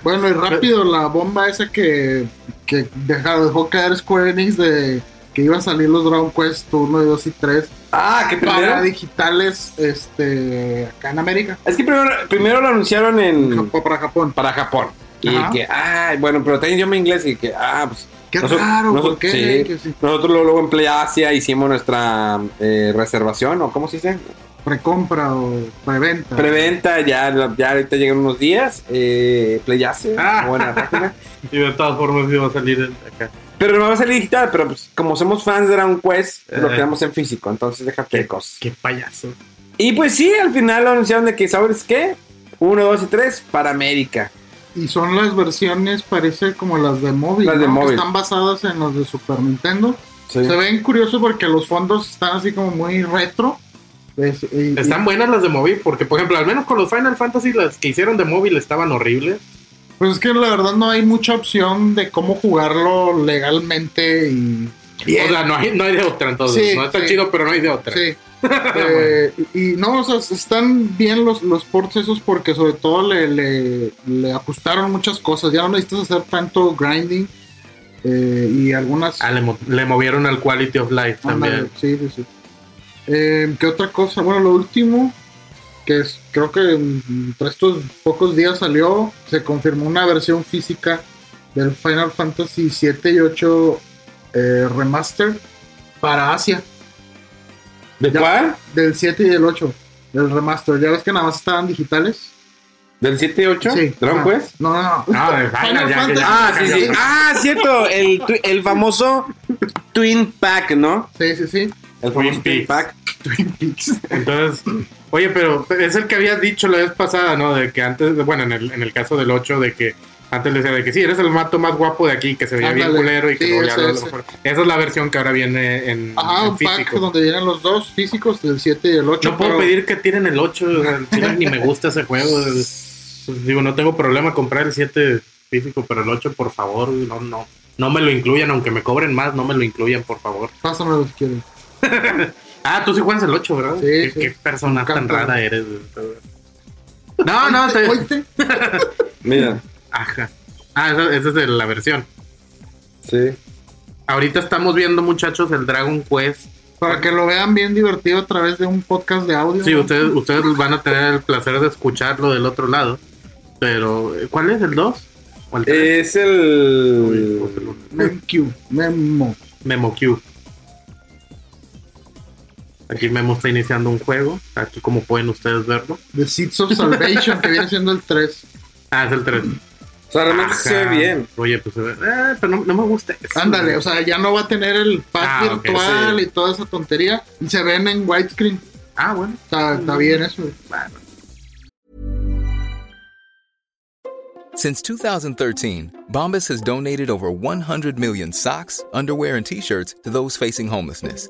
Speaker 3: bueno y rápido la bomba esa que, que deja- dejó caer Square Enix de que iban a salir los Dragon Quest 1, 2 y 3
Speaker 1: Ah, que
Speaker 3: para
Speaker 1: primero.
Speaker 3: digitales este acá en América
Speaker 1: Es que primero, primero lo anunciaron en
Speaker 3: Japón- para Japón
Speaker 1: para Japón. Y
Speaker 3: Ajá.
Speaker 1: que, ah, bueno, pero tenía idioma inglés y que, ah, pues.
Speaker 3: qué
Speaker 1: noso-
Speaker 3: raro
Speaker 1: noso-
Speaker 3: ¿por qué?
Speaker 1: sí.
Speaker 3: Que sí,
Speaker 1: Nosotros luego, luego en Play Asia hicimos nuestra eh, reservación, o ¿cómo se dice?
Speaker 3: precompra o
Speaker 2: Ah.
Speaker 3: preventa
Speaker 1: Preventa, ya, la- ya ahorita llegan unos días. Eh, Play Asia,
Speaker 2: Ah.
Speaker 1: buena página.
Speaker 2: Y de todas formas iba a salir el- acá.
Speaker 1: Pero no va a salir digital, pero pues, como somos fans de Dragon Quest, lo
Speaker 2: Eh.
Speaker 1: quedamos en físico, entonces déjate de cosas.
Speaker 2: Qué payaso.
Speaker 1: Y pues sí, al final lo anunciaron de que, ¿sabes qué? Uno, dos y tres para América.
Speaker 3: y son las versiones parece como las de móvil,
Speaker 1: Las de
Speaker 3: ¿no? Que
Speaker 1: móvil.
Speaker 3: están basadas en las de Super Nintendo
Speaker 1: Sí.
Speaker 3: Se ven curiosos porque los fondos están así como muy retro. Es- y- y-
Speaker 2: Están buenas las de móvil, porque, por ejemplo, al menos con los Final Fantasy, las que hicieron de móvil estaban horribles.
Speaker 3: pues es que la verdad no hay mucha opción de cómo jugarlo legalmente y...
Speaker 2: O sea, no hay, no hay de otra, entonces.
Speaker 3: Sí,
Speaker 2: no está
Speaker 3: sí.
Speaker 2: chido, pero no hay de otra.
Speaker 3: Sí.
Speaker 2: Ah,
Speaker 3: Eh, y y no, o sea, están bien los, los ports esos porque sobre todo le, le, le ajustaron muchas cosas. Ya no necesitas hacer tanto grinding eh, y algunas...
Speaker 2: Ah, le, mo- le movieron al Quality of Life
Speaker 3: Ándale,
Speaker 2: también.
Speaker 3: Sí, sí, sí. Eh, ¿Qué otra cosa? Bueno, lo último, que es, creo que mm, por estos pocos días salió, se confirmó una versión física del Final Fantasy 7 y 8 remaster para Asia,
Speaker 1: ¿De
Speaker 3: Ya.
Speaker 1: cuál?
Speaker 3: del 7 y del 8, del remaster. Ya ves que nada más estaban digitales.
Speaker 1: ¿Del 7 y 8?
Speaker 3: Sí.
Speaker 1: ¿Dragon
Speaker 3: Ah,
Speaker 1: Quest?
Speaker 3: No, no, no.
Speaker 2: Ah, de Final, ya, que ya.
Speaker 1: Ah, sí, sí. Ah, cierto. El, twi- el famoso Twin Pack, ¿no?
Speaker 3: Sí, sí, sí.
Speaker 1: El
Speaker 2: Twin
Speaker 1: famoso Twin
Speaker 2: Peaks.
Speaker 1: Pack.
Speaker 3: Twin Peaks.
Speaker 2: Entonces, oye, pero es el que habías dicho la vez pasada, ¿no? De que antes, bueno, en el, en el caso del 8, de que antes le decía de que sí, eres el mato más guapo de aquí, que se veía bien
Speaker 3: Ándale.
Speaker 2: culero y que
Speaker 3: Sí,
Speaker 2: no, ya
Speaker 3: ese,
Speaker 2: lo- lo
Speaker 3: ese.
Speaker 2: mejor. Esa es la versión que ahora viene en,
Speaker 3: Ajá,
Speaker 2: en
Speaker 3: un pack
Speaker 2: físico.
Speaker 3: donde vienen los dos físicos, del 7 y el 8.
Speaker 2: No puedo pedir que tiren el 8, o sea, al chile ni me gusta ese juego. Pues, Digo, no tengo problema comprar el 7 físico, pero el 8, por favor, no, no. No me lo incluyan, aunque me cobren más, no me lo incluyan, por favor.
Speaker 3: Pásamelo si quieres.
Speaker 2: Ah, tú sí juegas el 8, ¿verdad?
Speaker 3: Sí,
Speaker 2: ¿Qué,
Speaker 3: sí.
Speaker 2: qué persona
Speaker 3: Nunca
Speaker 2: tan
Speaker 3: jugué.
Speaker 2: rara eres. Ah, No, no, te...
Speaker 3: Oíste.
Speaker 1: Mira.
Speaker 2: Ajá. Ah, esa, esa es de la versión.
Speaker 1: Sí.
Speaker 2: Ahorita estamos viendo, muchachos, el Dragon Quest.
Speaker 3: Para que lo vean bien divertido a través de un podcast de audio.
Speaker 2: Sí,
Speaker 3: ¿no?
Speaker 2: ustedes, ustedes van a tener el placer de escucharlo del otro lado. Pero, ¿cuál es el 2? ¿O el
Speaker 1: Es
Speaker 2: tres? Eh,
Speaker 1: el.
Speaker 2: Uy, uy, uy.
Speaker 3: MemQ, Memo.
Speaker 2: Memo Q. Aquí Memo está iniciando un juego. Aquí, como pueden ustedes verlo.
Speaker 3: The Seeds of Salvation, que viene siendo el 3.
Speaker 2: Ah, es el 3.
Speaker 1: O sea, realmente se ve bien.
Speaker 2: Oye, pues se ve. eh, pero no, no me gusta eso.
Speaker 3: Ándale, o sea, ya no va a tener el
Speaker 2: Ah,
Speaker 3: pack
Speaker 2: ok,
Speaker 3: virtual
Speaker 1: sí.
Speaker 3: y toda esa tontería. Y se ven en widescreen.
Speaker 2: Ah, bueno.
Speaker 3: Está, está bien eso.
Speaker 2: Bueno.
Speaker 5: Since 2013, Bombas has donated over 100 million socks, underwear, and t shirts to those facing homelessness.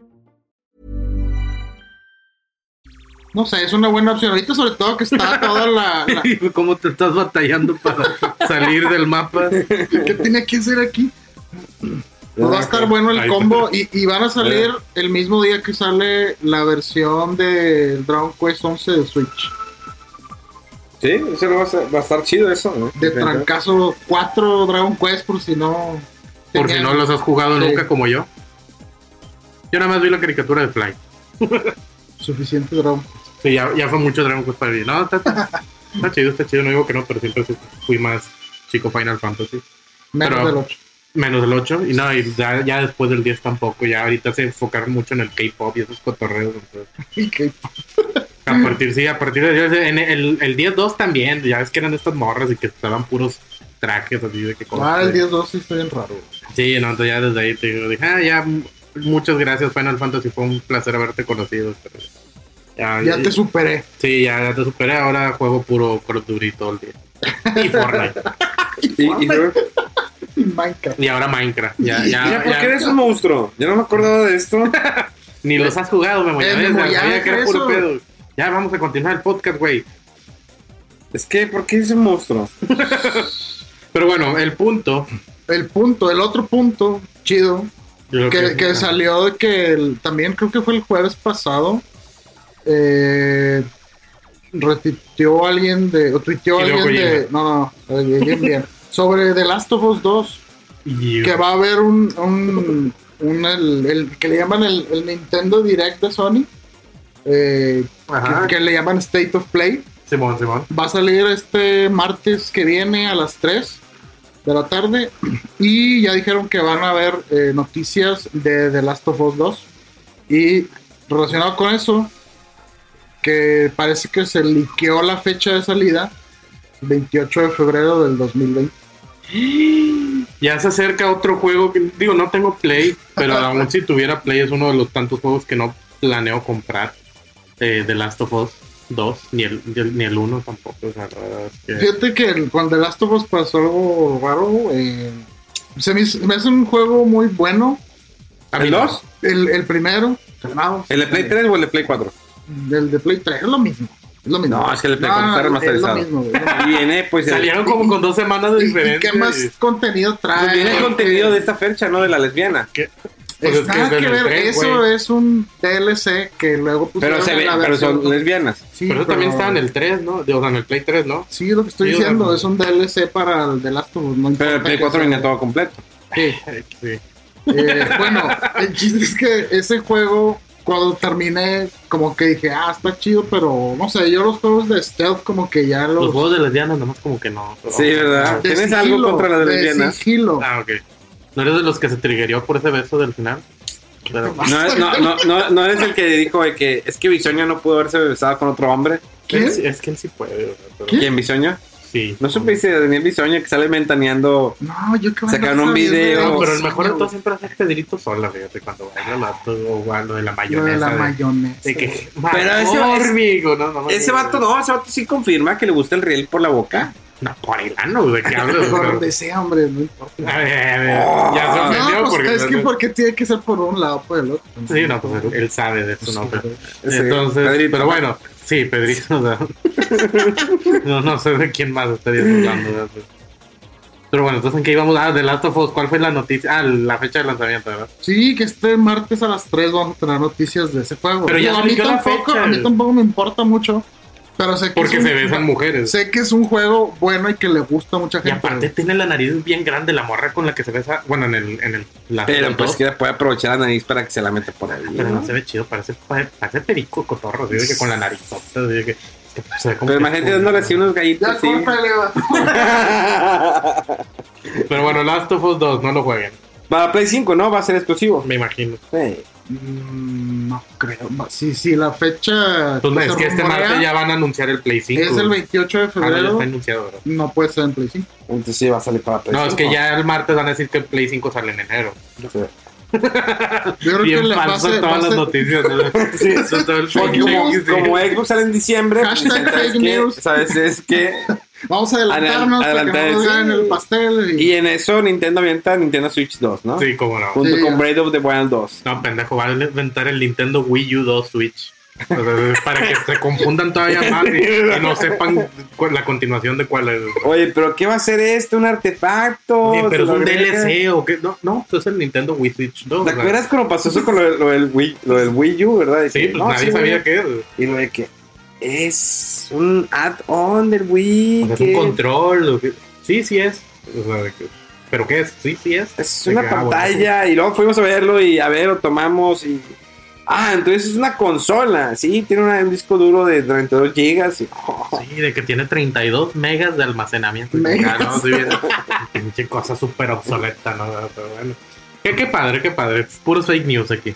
Speaker 3: No sé, es una buena opción. Ahorita, sobre todo, que está toda la. la-
Speaker 2: ¿Cómo te estás batallando para salir del mapa?
Speaker 3: ¿Qué tiene que ser aquí? Pues va a estar bueno el
Speaker 2: Ahí
Speaker 3: combo y, y van a salir el mismo día que sale la versión del Dragon Quest 11 de Switch.
Speaker 1: Sí, eso no va, a ser- va a estar chido eso. ¿no?
Speaker 3: De trancazo 4 Dragon Quest por si no...
Speaker 2: Por si
Speaker 3: tenían-
Speaker 2: no los has jugado
Speaker 3: Sí.
Speaker 2: nunca como yo. Yo nada más vi la caricatura de Fly.
Speaker 3: Suficiente Dragon
Speaker 2: Sí, ya, ya fue mucho Dragon Quest para mí. No, está, está chido, está chido. No digo que no, pero siempre fui más chico Final Fantasy.
Speaker 3: Menos
Speaker 2: Pero-
Speaker 3: del 8.
Speaker 2: Menos el 8. Y no, y ya, ya después del 10 tampoco. Ya ahorita se enfocaron mucho en el K-pop y esos cotorreos. entonces,
Speaker 3: Y que-
Speaker 2: a partir, sí, a partir del 10, en el, el 10-2 también. Ya ves que eran estas morras y que estaban puros trajes así de que
Speaker 3: Ah, el 10-2 sí está bien raro.
Speaker 2: Sí, no, entonces ya desde ahí te digo, dije, ah, ya, m- muchas gracias Final Fantasy, fue un placer haberte conocido. pero ya,
Speaker 3: Ya te superé.
Speaker 2: sí, ya, ya te superé, ahora juego puro Call of Duty todo el día. Y Fortnite.
Speaker 1: Y, y luego-
Speaker 3: Y Minecraft.
Speaker 2: y ahora Minecraft. Ya, ya,
Speaker 1: Mira, ¿por
Speaker 2: ya.
Speaker 1: qué eres un monstruo? Yo no me acordaba de esto.
Speaker 2: Ni los has jugado, me voy
Speaker 3: Eh,
Speaker 2: a
Speaker 3: Memo, ya
Speaker 2: que era
Speaker 3: deja
Speaker 2: puro
Speaker 3: eso.
Speaker 2: pedo. Ya, vamos a continuar el podcast, güey.
Speaker 1: Es que, ¿por qué es un monstruo?
Speaker 2: Pero bueno, el punto.
Speaker 3: El punto, el otro punto chido
Speaker 2: yo lo
Speaker 3: que, que salió de que el- también creo que fue el jueves pasado eh, retitió alguien de o tuiteó
Speaker 2: Y luego
Speaker 3: alguien de
Speaker 2: Kojima.
Speaker 3: no no eh, bien bien sobre The Last of Us 2
Speaker 2: Y-
Speaker 3: que va a haber un, un, un- el, el que le llaman el, el Nintendo Direct de Sony eh,
Speaker 2: Ajá.
Speaker 3: que, que le llaman State of Play
Speaker 2: Simón, Simón.
Speaker 3: va a salir este martes que viene a las 3 de la tarde. Y ya dijeron que van a haber eh, noticias de The Last of Us 2. Y relacionado con eso, que parece que se liqueó la fecha de salida, 28 de febrero del 2020.
Speaker 2: Ya se acerca otro juego que, digo, no tengo Play, pero aún si tuviera Play es uno de los tantos juegos que no planeo comprar. Eh, The Last of Us 2, ni el, ni el- ni el 1 tampoco. O sea, la verdad es que-
Speaker 3: Fíjate que el- con The Last of Us pasó algo raro. eh, se me, hizo- me hace un juego muy bueno.
Speaker 1: ¿El 2?
Speaker 3: El, el primero, calmados.
Speaker 1: ¿El de Play 3 o el de Play 4?
Speaker 3: del de Play 3 es lo mismo. Es lo mismo.
Speaker 1: No, es que el de Play cuatro está remasterizado.
Speaker 3: Es lo mismo, güey.
Speaker 1: Y viene, pues. el-
Speaker 2: Salieron como con dos semanas de
Speaker 3: ¿Y- ¿Y
Speaker 2: diferencia.
Speaker 3: qué más
Speaker 2: y-
Speaker 3: contenido
Speaker 1: Pues
Speaker 3: trae?
Speaker 1: viene el contenido de esta fecha, ¿no? De la lesbiana.
Speaker 2: Pues
Speaker 3: Es
Speaker 2: es que
Speaker 3: nada
Speaker 2: es del
Speaker 3: que ver,
Speaker 2: tren,
Speaker 3: eso
Speaker 2: güey.
Speaker 3: es un DLC que luego pusieron
Speaker 1: Pero, se
Speaker 3: en
Speaker 1: ve,
Speaker 3: Pues, la
Speaker 1: pero son
Speaker 3: versión-
Speaker 1: lesbianas.
Speaker 3: Sí,
Speaker 2: Pero eso también estaba en el 3, ¿no? De- O sea, en el Play 3, ¿no?
Speaker 3: Sí, es lo que estoy
Speaker 2: Sí,
Speaker 3: diciendo,
Speaker 2: o sea, pues-
Speaker 3: es un DLC para el The Last of Us. no
Speaker 1: Pero el
Speaker 3: importa
Speaker 1: Play
Speaker 3: que
Speaker 1: 4
Speaker 3: sea-
Speaker 1: venía todo completo.
Speaker 3: Sí.
Speaker 2: Sí.
Speaker 3: Eh, bueno, el chiste es que ese juego, cuando terminé, como que dije, ah, está chido, pero no sé, yo los juegos de stealth, como que ya los.
Speaker 2: Los juegos de lesbianas, nomás como que no.
Speaker 1: Sí, ¿verdad?
Speaker 3: de
Speaker 1: ¿Tienes
Speaker 3: sigilo,
Speaker 1: algo contra las
Speaker 3: de
Speaker 1: lesbianas?
Speaker 3: sigilo.
Speaker 2: Ah, ok. ¿No eres de los que se triggerió por ese beso del final? Pero-
Speaker 1: No, es- no, no, no, no eres el que dijo de que es que Bisoño no pudo haberse besado con otro hombre.
Speaker 3: ¿Quién?
Speaker 2: Es, es que él sí puede. o sea, pero-
Speaker 3: ¿Quién?
Speaker 1: ¿Quién Bisoño?
Speaker 2: Sí.
Speaker 1: No supiste de Daniel Bisoño que sale mentaneando.
Speaker 3: No, yo que
Speaker 1: Sacaron un video.
Speaker 2: No, pero el
Speaker 3: Sí,
Speaker 2: mejor de
Speaker 3: güey.
Speaker 2: todo siempre hace Pedrito sola, fíjate, cuando baila la, o a lo de la
Speaker 3: Lo
Speaker 2: mayonesa.
Speaker 3: de la mayonesa.
Speaker 2: de que,
Speaker 1: Pero ese-
Speaker 2: amor, amigo, no, no,
Speaker 1: Ese vato no, ese vato sí confirma que le gusta el riel por la boca.
Speaker 2: Napolitano, ¿de qué hablas?
Speaker 3: Por donde
Speaker 2: güey?
Speaker 3: sea, hombre, no importa.
Speaker 2: A ver, a ver, Ya se
Speaker 1: Ah,
Speaker 2: ofendió
Speaker 3: pues, No, pues
Speaker 2: porque.
Speaker 3: es que porque tiene que ser por un lado o por el otro.
Speaker 2: Sí, no, pues él- él sabe de su nombre.
Speaker 1: Sí,
Speaker 2: Entonces,
Speaker 1: Pedrito,
Speaker 2: pero
Speaker 1: ¿no?
Speaker 2: bueno, sí, Pedrito. o sea, no, no sé de quién más estaría hablando. ¿verdad? Pero bueno, entonces, ¿en qué íbamos? Ah, de Last of Us, ¿cuál fue la noticia? Ah, la fecha de lanzamiento, ¿verdad?
Speaker 3: Sí, que este martes a las 3 vamos a tener noticias de ese juego.
Speaker 2: Pero ya
Speaker 3: a mí
Speaker 2: explicó la
Speaker 3: tampoco,
Speaker 2: fecha.
Speaker 3: a mí tampoco me importa mucho. Pero sé que
Speaker 2: Porque
Speaker 3: es un-
Speaker 2: se besan mujeres.
Speaker 3: Sé que es un juego bueno y que le gusta a mucha
Speaker 2: Y
Speaker 3: gente.
Speaker 2: aparte tiene la nariz bien grande, la morra con la que se besa. Bueno, en el. En el la
Speaker 1: Pero pues
Speaker 2: dos,
Speaker 1: que puede aprovechar la nariz para que se la meta por ahí.
Speaker 2: pero
Speaker 1: ¿no?
Speaker 2: no se ve chido, parece, parece perico cotorro, ¿sí? de que con la nariz. que, pues, se ve como
Speaker 1: Pero
Speaker 2: que-
Speaker 1: imagínate dándole así unos
Speaker 3: Ya
Speaker 1: gallitos. Sí.
Speaker 3: córtale, va.
Speaker 2: Pero bueno, Last of Us 2, no lo jueguen,
Speaker 1: Para Play 5, ¿no? Va a ser exclusivo.
Speaker 2: me imagino.
Speaker 1: Sí.
Speaker 3: Mm, No creo. Va, Sí, sí, la fecha.
Speaker 2: Entonces, es
Speaker 3: se
Speaker 2: que este
Speaker 3: rumorea
Speaker 2: martes ya van a anunciar el Play 5.
Speaker 3: Es el 28 de
Speaker 2: Ah, no, ya
Speaker 3: febrero.
Speaker 2: está anunciado, ¿verdad?
Speaker 3: No puede ser en Play 5.
Speaker 1: Entonces sí, va a salir para Play
Speaker 2: No,
Speaker 1: 5.
Speaker 2: es que ya el martes van a decir que el Play 5 sale en enero.
Speaker 3: Yo creo que
Speaker 2: Bien
Speaker 3: la
Speaker 2: falso
Speaker 3: fase.
Speaker 2: todas las
Speaker 3: fase-
Speaker 2: noticias. ¿no?
Speaker 1: Sí.
Speaker 2: Son todo el
Speaker 1: Porque
Speaker 2: pinche-
Speaker 1: como,
Speaker 2: sí.
Speaker 1: como Xbox sale en diciembre, pues,
Speaker 3: Hashtag
Speaker 1: ¿sabes
Speaker 3: fake
Speaker 1: qué?
Speaker 3: news.
Speaker 1: ¿Sabes? Es que.
Speaker 3: Vamos a adelantarnos para
Speaker 1: adelantar
Speaker 3: que no nos
Speaker 1: el-
Speaker 3: vean el pastel. Y,
Speaker 1: Y en eso Nintendo avienta Nintendo Switch 2, ¿no?
Speaker 2: Sí, cómo no.
Speaker 1: Junto
Speaker 3: Sí.
Speaker 1: con Breath of the Wild 2.
Speaker 2: No, pendejo, va a inventar el Nintendo Wii U 2 Switch. O sea, es para que se confundan todavía más y, y no sepan cuál- la continuación de cuál es.
Speaker 1: Oye, pero ¿qué va a ser esto? ¿Un artefacto?
Speaker 2: Oye, pero es
Speaker 1: Oh, ¿Se lo
Speaker 2: un
Speaker 1: agregan?
Speaker 2: DLC o qué. No, no, eso es el Nintendo Wii Switch 2.
Speaker 1: ¿Te
Speaker 2: o sea.
Speaker 1: acuerdas cuando pasó eso con lo, del- lo del, Wii, lo del Wii U, verdad? De
Speaker 2: Sí,
Speaker 1: que,
Speaker 2: pues
Speaker 1: no,
Speaker 2: nadie
Speaker 1: sí,
Speaker 2: sabía
Speaker 1: güey.
Speaker 2: qué es.
Speaker 1: Y lo de que es un add-on del Wii.
Speaker 2: O sea, es un
Speaker 1: que
Speaker 2: control. o qué- Sí, sí es. O sea, de que- ¿Pero qué es? Sí, sí es.
Speaker 1: es
Speaker 2: De
Speaker 1: una
Speaker 2: que, ah, bueno,
Speaker 1: pantalla. Y luego fuimos a verlo y a ver, lo tomamos y. Ah, entonces es una consola, sí, tiene una- un disco duro de 32 gigas y
Speaker 2: Sí, de que tiene 32 megas de almacenamiento.
Speaker 3: Megas.
Speaker 2: Ya, ¿no? Sí, bien. Pinche cosa súper obsoleta, ¿no? Pero bueno. Qué, qué padre, qué padre. Puros fake news aquí.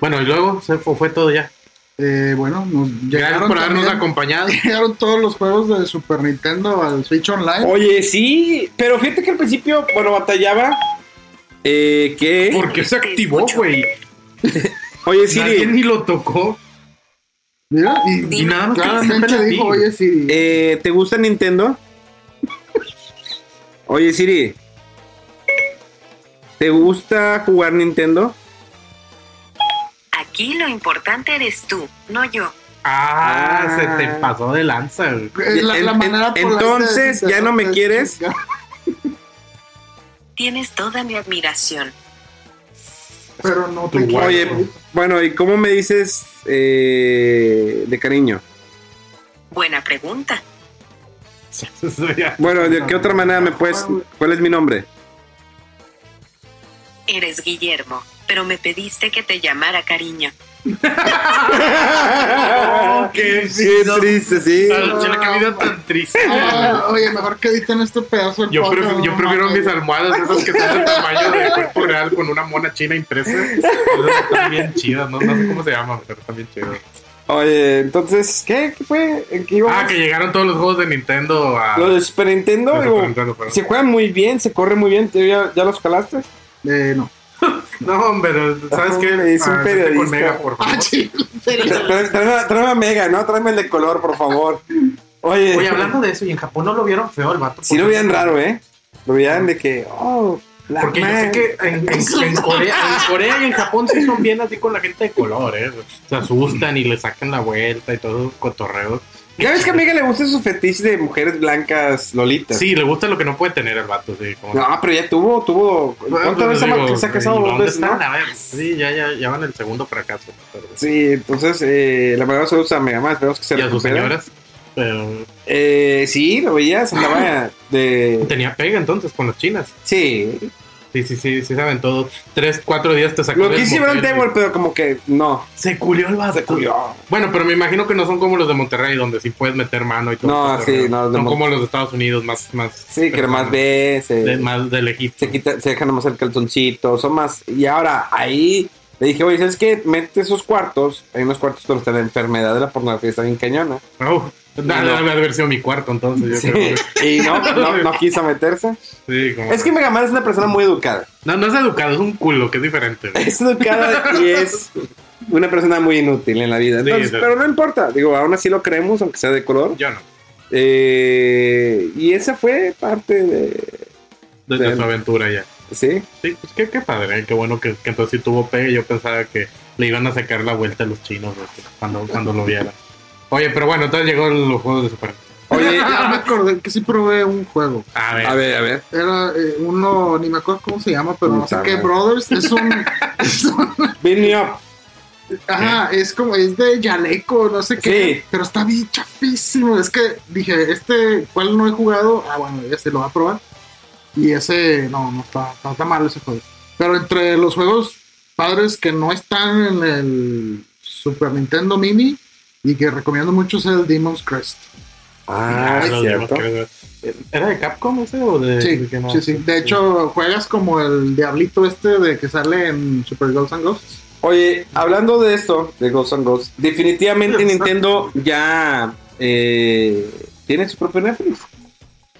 Speaker 2: Bueno, y luego se fue, fue todo ya.
Speaker 3: eh, bueno, nos
Speaker 2: Gracias
Speaker 3: llegaron,
Speaker 2: por habernos
Speaker 3: también-
Speaker 2: acompañado.
Speaker 3: llegaron todos los juegos de Super Nintendo al Switch Online.
Speaker 1: Oye, sí, pero fíjate que al principio, bueno, batallaba. Eh, ¿qué?
Speaker 2: ¿Por qué se activó, güey?
Speaker 1: Oye,
Speaker 2: Nadie
Speaker 1: Siri,
Speaker 2: ni lo tocó.
Speaker 3: Mira, y,
Speaker 2: Y nada más que siempre
Speaker 3: claramente
Speaker 2: la
Speaker 3: dijo,
Speaker 2: digo.
Speaker 3: oye, sí.
Speaker 1: eh, ¿te gusta Nintendo? Oye, Siri, ¿te gusta jugar Nintendo?
Speaker 6: Aquí lo importante eres tú, no yo.
Speaker 2: Ah,
Speaker 1: Ah.
Speaker 2: se te pasó de lanza. güey.
Speaker 3: es eh, la, la
Speaker 1: en-
Speaker 3: manera
Speaker 1: en-
Speaker 3: polite de
Speaker 1: entonces,
Speaker 3: decirte,
Speaker 1: ¿ya no me
Speaker 3: Te-
Speaker 1: quieres?
Speaker 6: Tienes toda mi admiración.
Speaker 3: Pero no te
Speaker 2: Tu
Speaker 3: quiero.
Speaker 1: Oye, bueno, ¿y cómo me dices eh, de cariño?
Speaker 6: Buena pregunta.
Speaker 2: Eso ya.
Speaker 1: Bueno, ¿de qué otra manera me puedes? ¿Cuál es mi nombre?
Speaker 6: Eres Guillermo, pero me pediste que te llamara cariño.
Speaker 2: Oh, qué
Speaker 1: Qué triste, sí.
Speaker 2: Ah, chela, qué vida tan triste.
Speaker 3: Ah, oye, mejor que editen este pedazo. del
Speaker 2: Yo,
Speaker 3: podcast,
Speaker 2: prefi- yo
Speaker 3: no
Speaker 2: prefiero
Speaker 3: mames.
Speaker 2: mis almohadas, esas que son del tamaño de cuerpo real con una mona china impresa. Esas están bien chidas, no, no sé cómo se llaman, pero están bien chidas.
Speaker 1: Oye, entonces, ¿qué? ¿Qué fue? ¿En qué íbamos?
Speaker 2: Ah, que llegaron todos los juegos de Nintendo a.
Speaker 1: Los de Super Nintendo,
Speaker 2: Los de
Speaker 1: digo,
Speaker 2: Super Nintendo, perdón.
Speaker 1: se juegan muy bien, se corre muy bien. ¿Tú ¿Ya, ya los calaste?
Speaker 3: Eh, no.
Speaker 2: No, hombre, ¿sabes qué?
Speaker 1: Hombre, es un
Speaker 2: Ah, vete Con
Speaker 1: periodista.
Speaker 2: Mega, por favor.
Speaker 3: Ah, sí.
Speaker 1: Tráeme tráeme a Mega, ¿no? Tráeme el de color, por favor. Oye,
Speaker 2: Oye, hablando de eso, y en Japón no lo vieron feo el vato.
Speaker 1: si lo veían raro, ¿eh? Lo veían de que, oh, la
Speaker 2: Porque yo sé
Speaker 1: man.
Speaker 2: que en, en- en Corea, en Corea y en Japón sí son bien así con la gente de color, ¿eh? Se asustan y le sacan la vuelta y todo cotorreo.
Speaker 1: Ya ves que a Mega le gusta su fetiche de mujeres blancas lolitas.
Speaker 2: Sí, le gusta lo que no puede tener el vato, sí. Como...
Speaker 1: No, ah, pero ya tuvo, tuvo. ¿Cuántas veces ha- se ha casado dos veces,
Speaker 2: pues, ¿Dónde
Speaker 1: no?
Speaker 2: están? A ver, sí, ya, ya, ya van el segundo fracaso. pero-
Speaker 1: Sí, entonces, eh, la verdad se usa Mega Man, esperemos que se
Speaker 2: y a sus
Speaker 1: recupere.
Speaker 2: señoras. pero
Speaker 1: Eh, sí, lo veías, andaba de...
Speaker 2: tenía pega entonces con las chinas.
Speaker 1: Sí,
Speaker 2: Sí, sí, sí, sí, saben todos. Tres, cuatro días te sacó.
Speaker 1: Lo
Speaker 2: del
Speaker 1: que hice
Speaker 2: motel,
Speaker 1: Brown Table, pero como que no.
Speaker 2: Se culió el vato.
Speaker 1: Se culió.
Speaker 2: Bueno, pero me imagino que no son como los de Monterrey, donde sí puedes meter mano y todo.
Speaker 1: No,
Speaker 2: el cotorreo.
Speaker 1: sí, no, de
Speaker 2: Son
Speaker 1: Mon-
Speaker 2: como los de Estados Unidos, más. más
Speaker 1: Sí, que más ve,
Speaker 2: De,
Speaker 1: se,
Speaker 2: más de lejitos.
Speaker 1: se quita, se dejan nomás el calzoncito, son más. Y ahora ahí le dije, oye, ¿sabes qué? Mete esos cuartos. Hay unos cuartos donde está la enfermedad de la pornografía, está bien cañona.
Speaker 2: Oh, da-
Speaker 1: No.
Speaker 2: debe haber sido mi cuarto, entonces. Yo creo que-
Speaker 1: y no, no, no quiso meterse.
Speaker 2: sí, como-
Speaker 1: Es que Mega Man es una persona muy educada.
Speaker 2: No, no es educado, es un culo, que es diferente. güey.
Speaker 1: Es educada y es una persona muy inútil en la vida.
Speaker 2: Sí,
Speaker 1: Entonces,
Speaker 2: sí.
Speaker 1: pero no importa. Digo, aún así lo creemos, aunque sea de color.
Speaker 2: Yo no.
Speaker 1: Eh, y esa fue parte de.
Speaker 2: de,
Speaker 1: Bien.
Speaker 2: de su aventura ya.
Speaker 1: Sí.
Speaker 2: Sí, pues qué, qué padre, ¿eh? qué bueno que, que entonces sí tuvo pegue. Yo pensaba que le iban a sacar la vuelta a los chinos güey, cuando, cuando lo vieran. Oye, pero bueno, entonces llegó el juego de Super.
Speaker 1: Oye,
Speaker 3: ya me acordé que sí probé un juego.
Speaker 2: A ver,
Speaker 1: a ver, a ver.
Speaker 3: Era eh, uno, ni me acuerdo cómo se llama, pero no sé
Speaker 1: Puta
Speaker 3: qué,
Speaker 1: madre.
Speaker 3: Brothers. Es un. es un-
Speaker 1: Beat me up.
Speaker 3: ajá, es como, es de Yaleco, no sé qué.
Speaker 1: Sí.
Speaker 3: Pero está bien chafísimo. Es que dije, este, ¿cuál no he jugado? Ah, bueno, ya se lo va a probar. Y ese, no, no está, está, está malo ese juego. Pero entre los juegos padres que no están en el Super Nintendo Mini y que recomiendo mucho es el Demon's Crest.
Speaker 1: Ah,
Speaker 2: los
Speaker 1: cierto.
Speaker 2: demás que- ¿Era de Capcom ese o de.?
Speaker 3: Sí,
Speaker 2: de qué más?
Speaker 3: sí, sí. De hecho, juegas como el diablito este de que sale en Super Ghosts and Ghosts.
Speaker 1: Oye, hablando de esto, de Ghost and Ghost, definitivamente
Speaker 3: Sí, exacto.
Speaker 1: Nintendo ya eh, tiene su propio Netflix.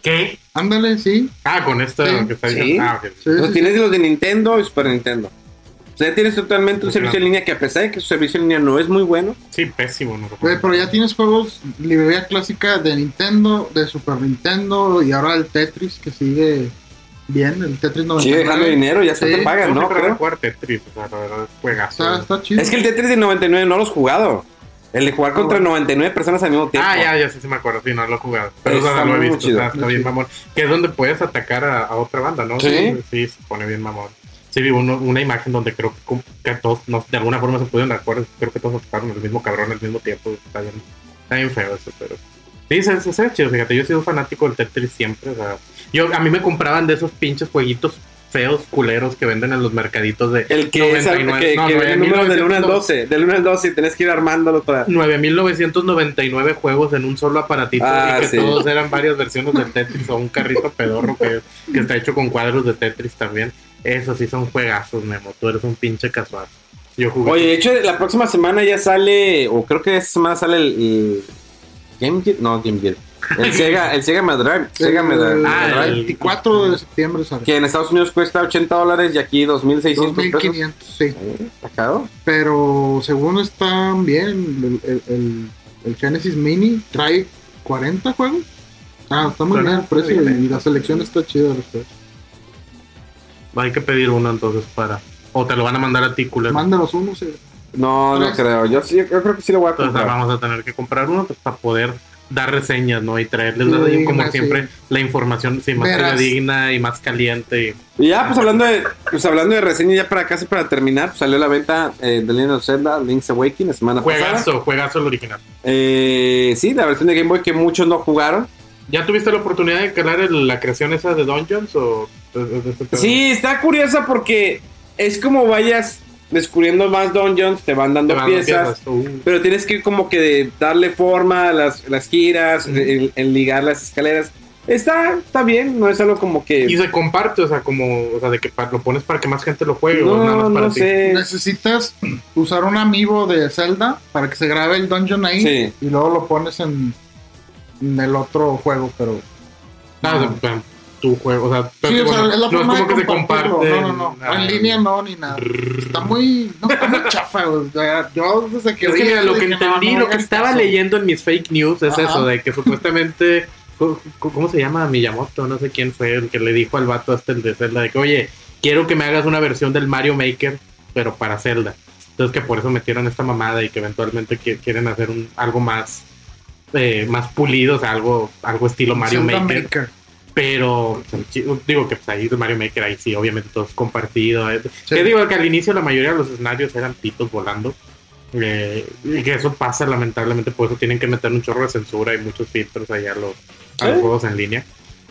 Speaker 2: ¿Qué?
Speaker 3: Ándale, sí.
Speaker 2: Ah, con esta
Speaker 3: Sí,
Speaker 2: que está
Speaker 1: sí.
Speaker 2: diciendo. Ah, ok.
Speaker 3: sí,
Speaker 1: Los
Speaker 3: sí,
Speaker 1: tienes los de Nintendo y Super Nintendo. O sea, tienes totalmente un
Speaker 2: Claro.
Speaker 1: servicio en línea que a pesar de que su servicio en línea no es muy bueno,
Speaker 2: Sí, pésimo. No
Speaker 3: Güey, pero ya tienes juegos librería clásica de Nintendo, de Super Nintendo y ahora el Tetris que sigue bien, el Tetris 99.
Speaker 1: sigue dejando dinero, ya se
Speaker 3: Sí.
Speaker 1: te pagan,
Speaker 2: no,
Speaker 1: ¿no?
Speaker 2: pero
Speaker 1: Creo.
Speaker 2: jugar Tetris, o sea, la verdad,
Speaker 3: Está,
Speaker 2: juegazo.
Speaker 3: está chido.
Speaker 1: Es que el Tetris de 99 no lo has jugado. El de jugar
Speaker 3: Ah,
Speaker 1: contra
Speaker 3: bueno.
Speaker 1: 99 personas al mismo tiempo.
Speaker 2: Ah, ya, ya sí, sí me acuerdo, sí, no lo he jugado. Pero o sea,
Speaker 1: Está
Speaker 2: lo he
Speaker 1: muy
Speaker 2: visto,
Speaker 1: chido.
Speaker 2: está, está
Speaker 3: Muy
Speaker 2: bien
Speaker 3: chido.
Speaker 2: mamón. Que es donde puedes atacar a, a otra banda, ¿no?
Speaker 1: Sí.
Speaker 2: Sí, se pone bien mamón. Sí, vi uno- una imagen donde creo que, como que todos, no, de alguna forma se pudieron acuerdo, creo que todos atacaron al mismo cabrón al mismo tiempo. Está bien, está bien feo eso, pero. Sí, se, se, se ve chido, fíjate, yo he sido fanático del Tetris siempre, o sea, yo, a mí me compraban de esos pinches jueguitos feos, culeros que venden en los mercaditos de
Speaker 1: El que, es el,
Speaker 2: 99,
Speaker 1: que,
Speaker 2: no,
Speaker 1: que viene el número del 1 al
Speaker 2: 99.
Speaker 1: 12. Del 1 al 12 y tenés que ir armándolo para...
Speaker 2: 9.999 juegos en un solo aparatito
Speaker 1: Ah,
Speaker 2: y que
Speaker 1: sí.
Speaker 2: todos eran varias versiones de Tetris o un carrito pedorro que, que está hecho con cuadros de Tetris también. Eso sí son juegazos, Memo. Tú eres un pinche casual. Yo jugué.
Speaker 1: Oye, de hecho, la próxima semana ya sale, o creo que esta semana sale el, el Game Gear, no Game Gear, el Sega, el Sega Mega Drive, Sega
Speaker 3: El-
Speaker 1: Mega Drive,
Speaker 2: Ah,
Speaker 3: el
Speaker 2: el-
Speaker 3: 24 de septiembre sale.
Speaker 1: que en Estados Unidos cuesta 80 dólares y aquí 2.600 pesos.
Speaker 3: 2500, sí.
Speaker 1: Eh, ¿Sacado?
Speaker 3: Pero según están bien, el, el- el- el Genesis Mini trae 40 juegos. Ah, está muy
Speaker 2: Claro,
Speaker 3: bien el precio
Speaker 2: está bien.
Speaker 3: y la selección está chida. de los juegos.
Speaker 2: Hay que pedir uno entonces para. O te lo van a mandar a ti, culero.
Speaker 3: Mándanos uno, sí.
Speaker 1: No, no
Speaker 3: Tres.
Speaker 1: creo, yo, sí- yo creo que sí lo voy a
Speaker 2: Entonces
Speaker 1: comprar.
Speaker 2: vamos a tener que comprar uno pues, para poder dar reseñas, ¿no? Y traerles
Speaker 3: Sí,
Speaker 2: las- como
Speaker 3: así.
Speaker 2: siempre, la información sí, más
Speaker 3: Verás.
Speaker 2: digna y más caliente. y-
Speaker 1: Y ya, pues hablando de, pues hablando de reseña, ya para casi para terminar, pues, salió a la venta eh, The Legend of Zelda, Link's Awakening, la semana pasada.
Speaker 2: Juegazo, juegazo el original.
Speaker 1: Eh, sí, la versión de Game Boy que muchos no jugaron.
Speaker 2: ¿Ya tuviste la oportunidad de calar el- la creación esa de Dungeons? O de- de- de este pedo?
Speaker 1: Sí, está curiosa porque es como vayas descubriendo más dungeons, te van
Speaker 2: Te
Speaker 1: dando
Speaker 2: mandan
Speaker 1: piezas,
Speaker 2: piezas. Uh,
Speaker 1: pero tienes que ir como que de darle forma a las, las giras,
Speaker 2: Ujú.
Speaker 1: el- el ligar las escaleras. Está, está bien, no es algo como
Speaker 2: Y
Speaker 1: que...
Speaker 2: se comparte, o sea, como, o sea, de que pa- lo pones para que más gente lo juegue o nada
Speaker 1: No,
Speaker 2: más para
Speaker 1: no
Speaker 2: ti.
Speaker 1: sé.
Speaker 3: Necesitas usar un amiibo de Zelda para que se grabe el dungeon ahí
Speaker 1: Sí.
Speaker 3: y luego lo pones en, en el otro juego, pero
Speaker 2: No, Ah, o sea, pa- tu juego, o sea, pero
Speaker 3: sí, o sea,
Speaker 2: bueno,
Speaker 3: es la
Speaker 2: no es
Speaker 3: forma
Speaker 2: como que
Speaker 3: de
Speaker 2: se
Speaker 3: compartirlo.
Speaker 2: comparte.
Speaker 3: no, no, no,
Speaker 2: Ah,
Speaker 3: en línea no ni nada. Está muy, no, está muy chafa, güey. O sea, Yo desde que
Speaker 2: Es
Speaker 3: vi
Speaker 2: que mira,
Speaker 3: eso
Speaker 2: lo que
Speaker 3: dije, no,
Speaker 2: entendí,
Speaker 3: no
Speaker 2: lo que
Speaker 3: hagas
Speaker 2: estaba
Speaker 3: caso.
Speaker 2: leyendo en mis fake news es
Speaker 3: Ajá.
Speaker 2: eso, de que supuestamente, co- co- ¿cómo se llama? Miyamoto, no sé quién fue el que le dijo al vato hasta el de Zelda, de que, oye, quiero que me hagas una versión del Mario Maker, pero para Zelda. Entonces que por eso metieron esta mamada y que eventualmente qui- quieren hacer un, algo más, eh, más pulido, o sea, algo, algo estilo Mario
Speaker 3: Zelda
Speaker 2: Maker. Pero, digo que pues, ahí el Mario Maker, ahí sí, obviamente todo es compartido. eh.
Speaker 3: Sí.
Speaker 2: Yo digo que al inicio la mayoría de los escenarios eran pitos volando. eh, y que eso pasa lamentablemente, por eso tienen que meter un chorro de censura y muchos filtros allá a los, a los
Speaker 1: Sí.
Speaker 2: juegos en línea.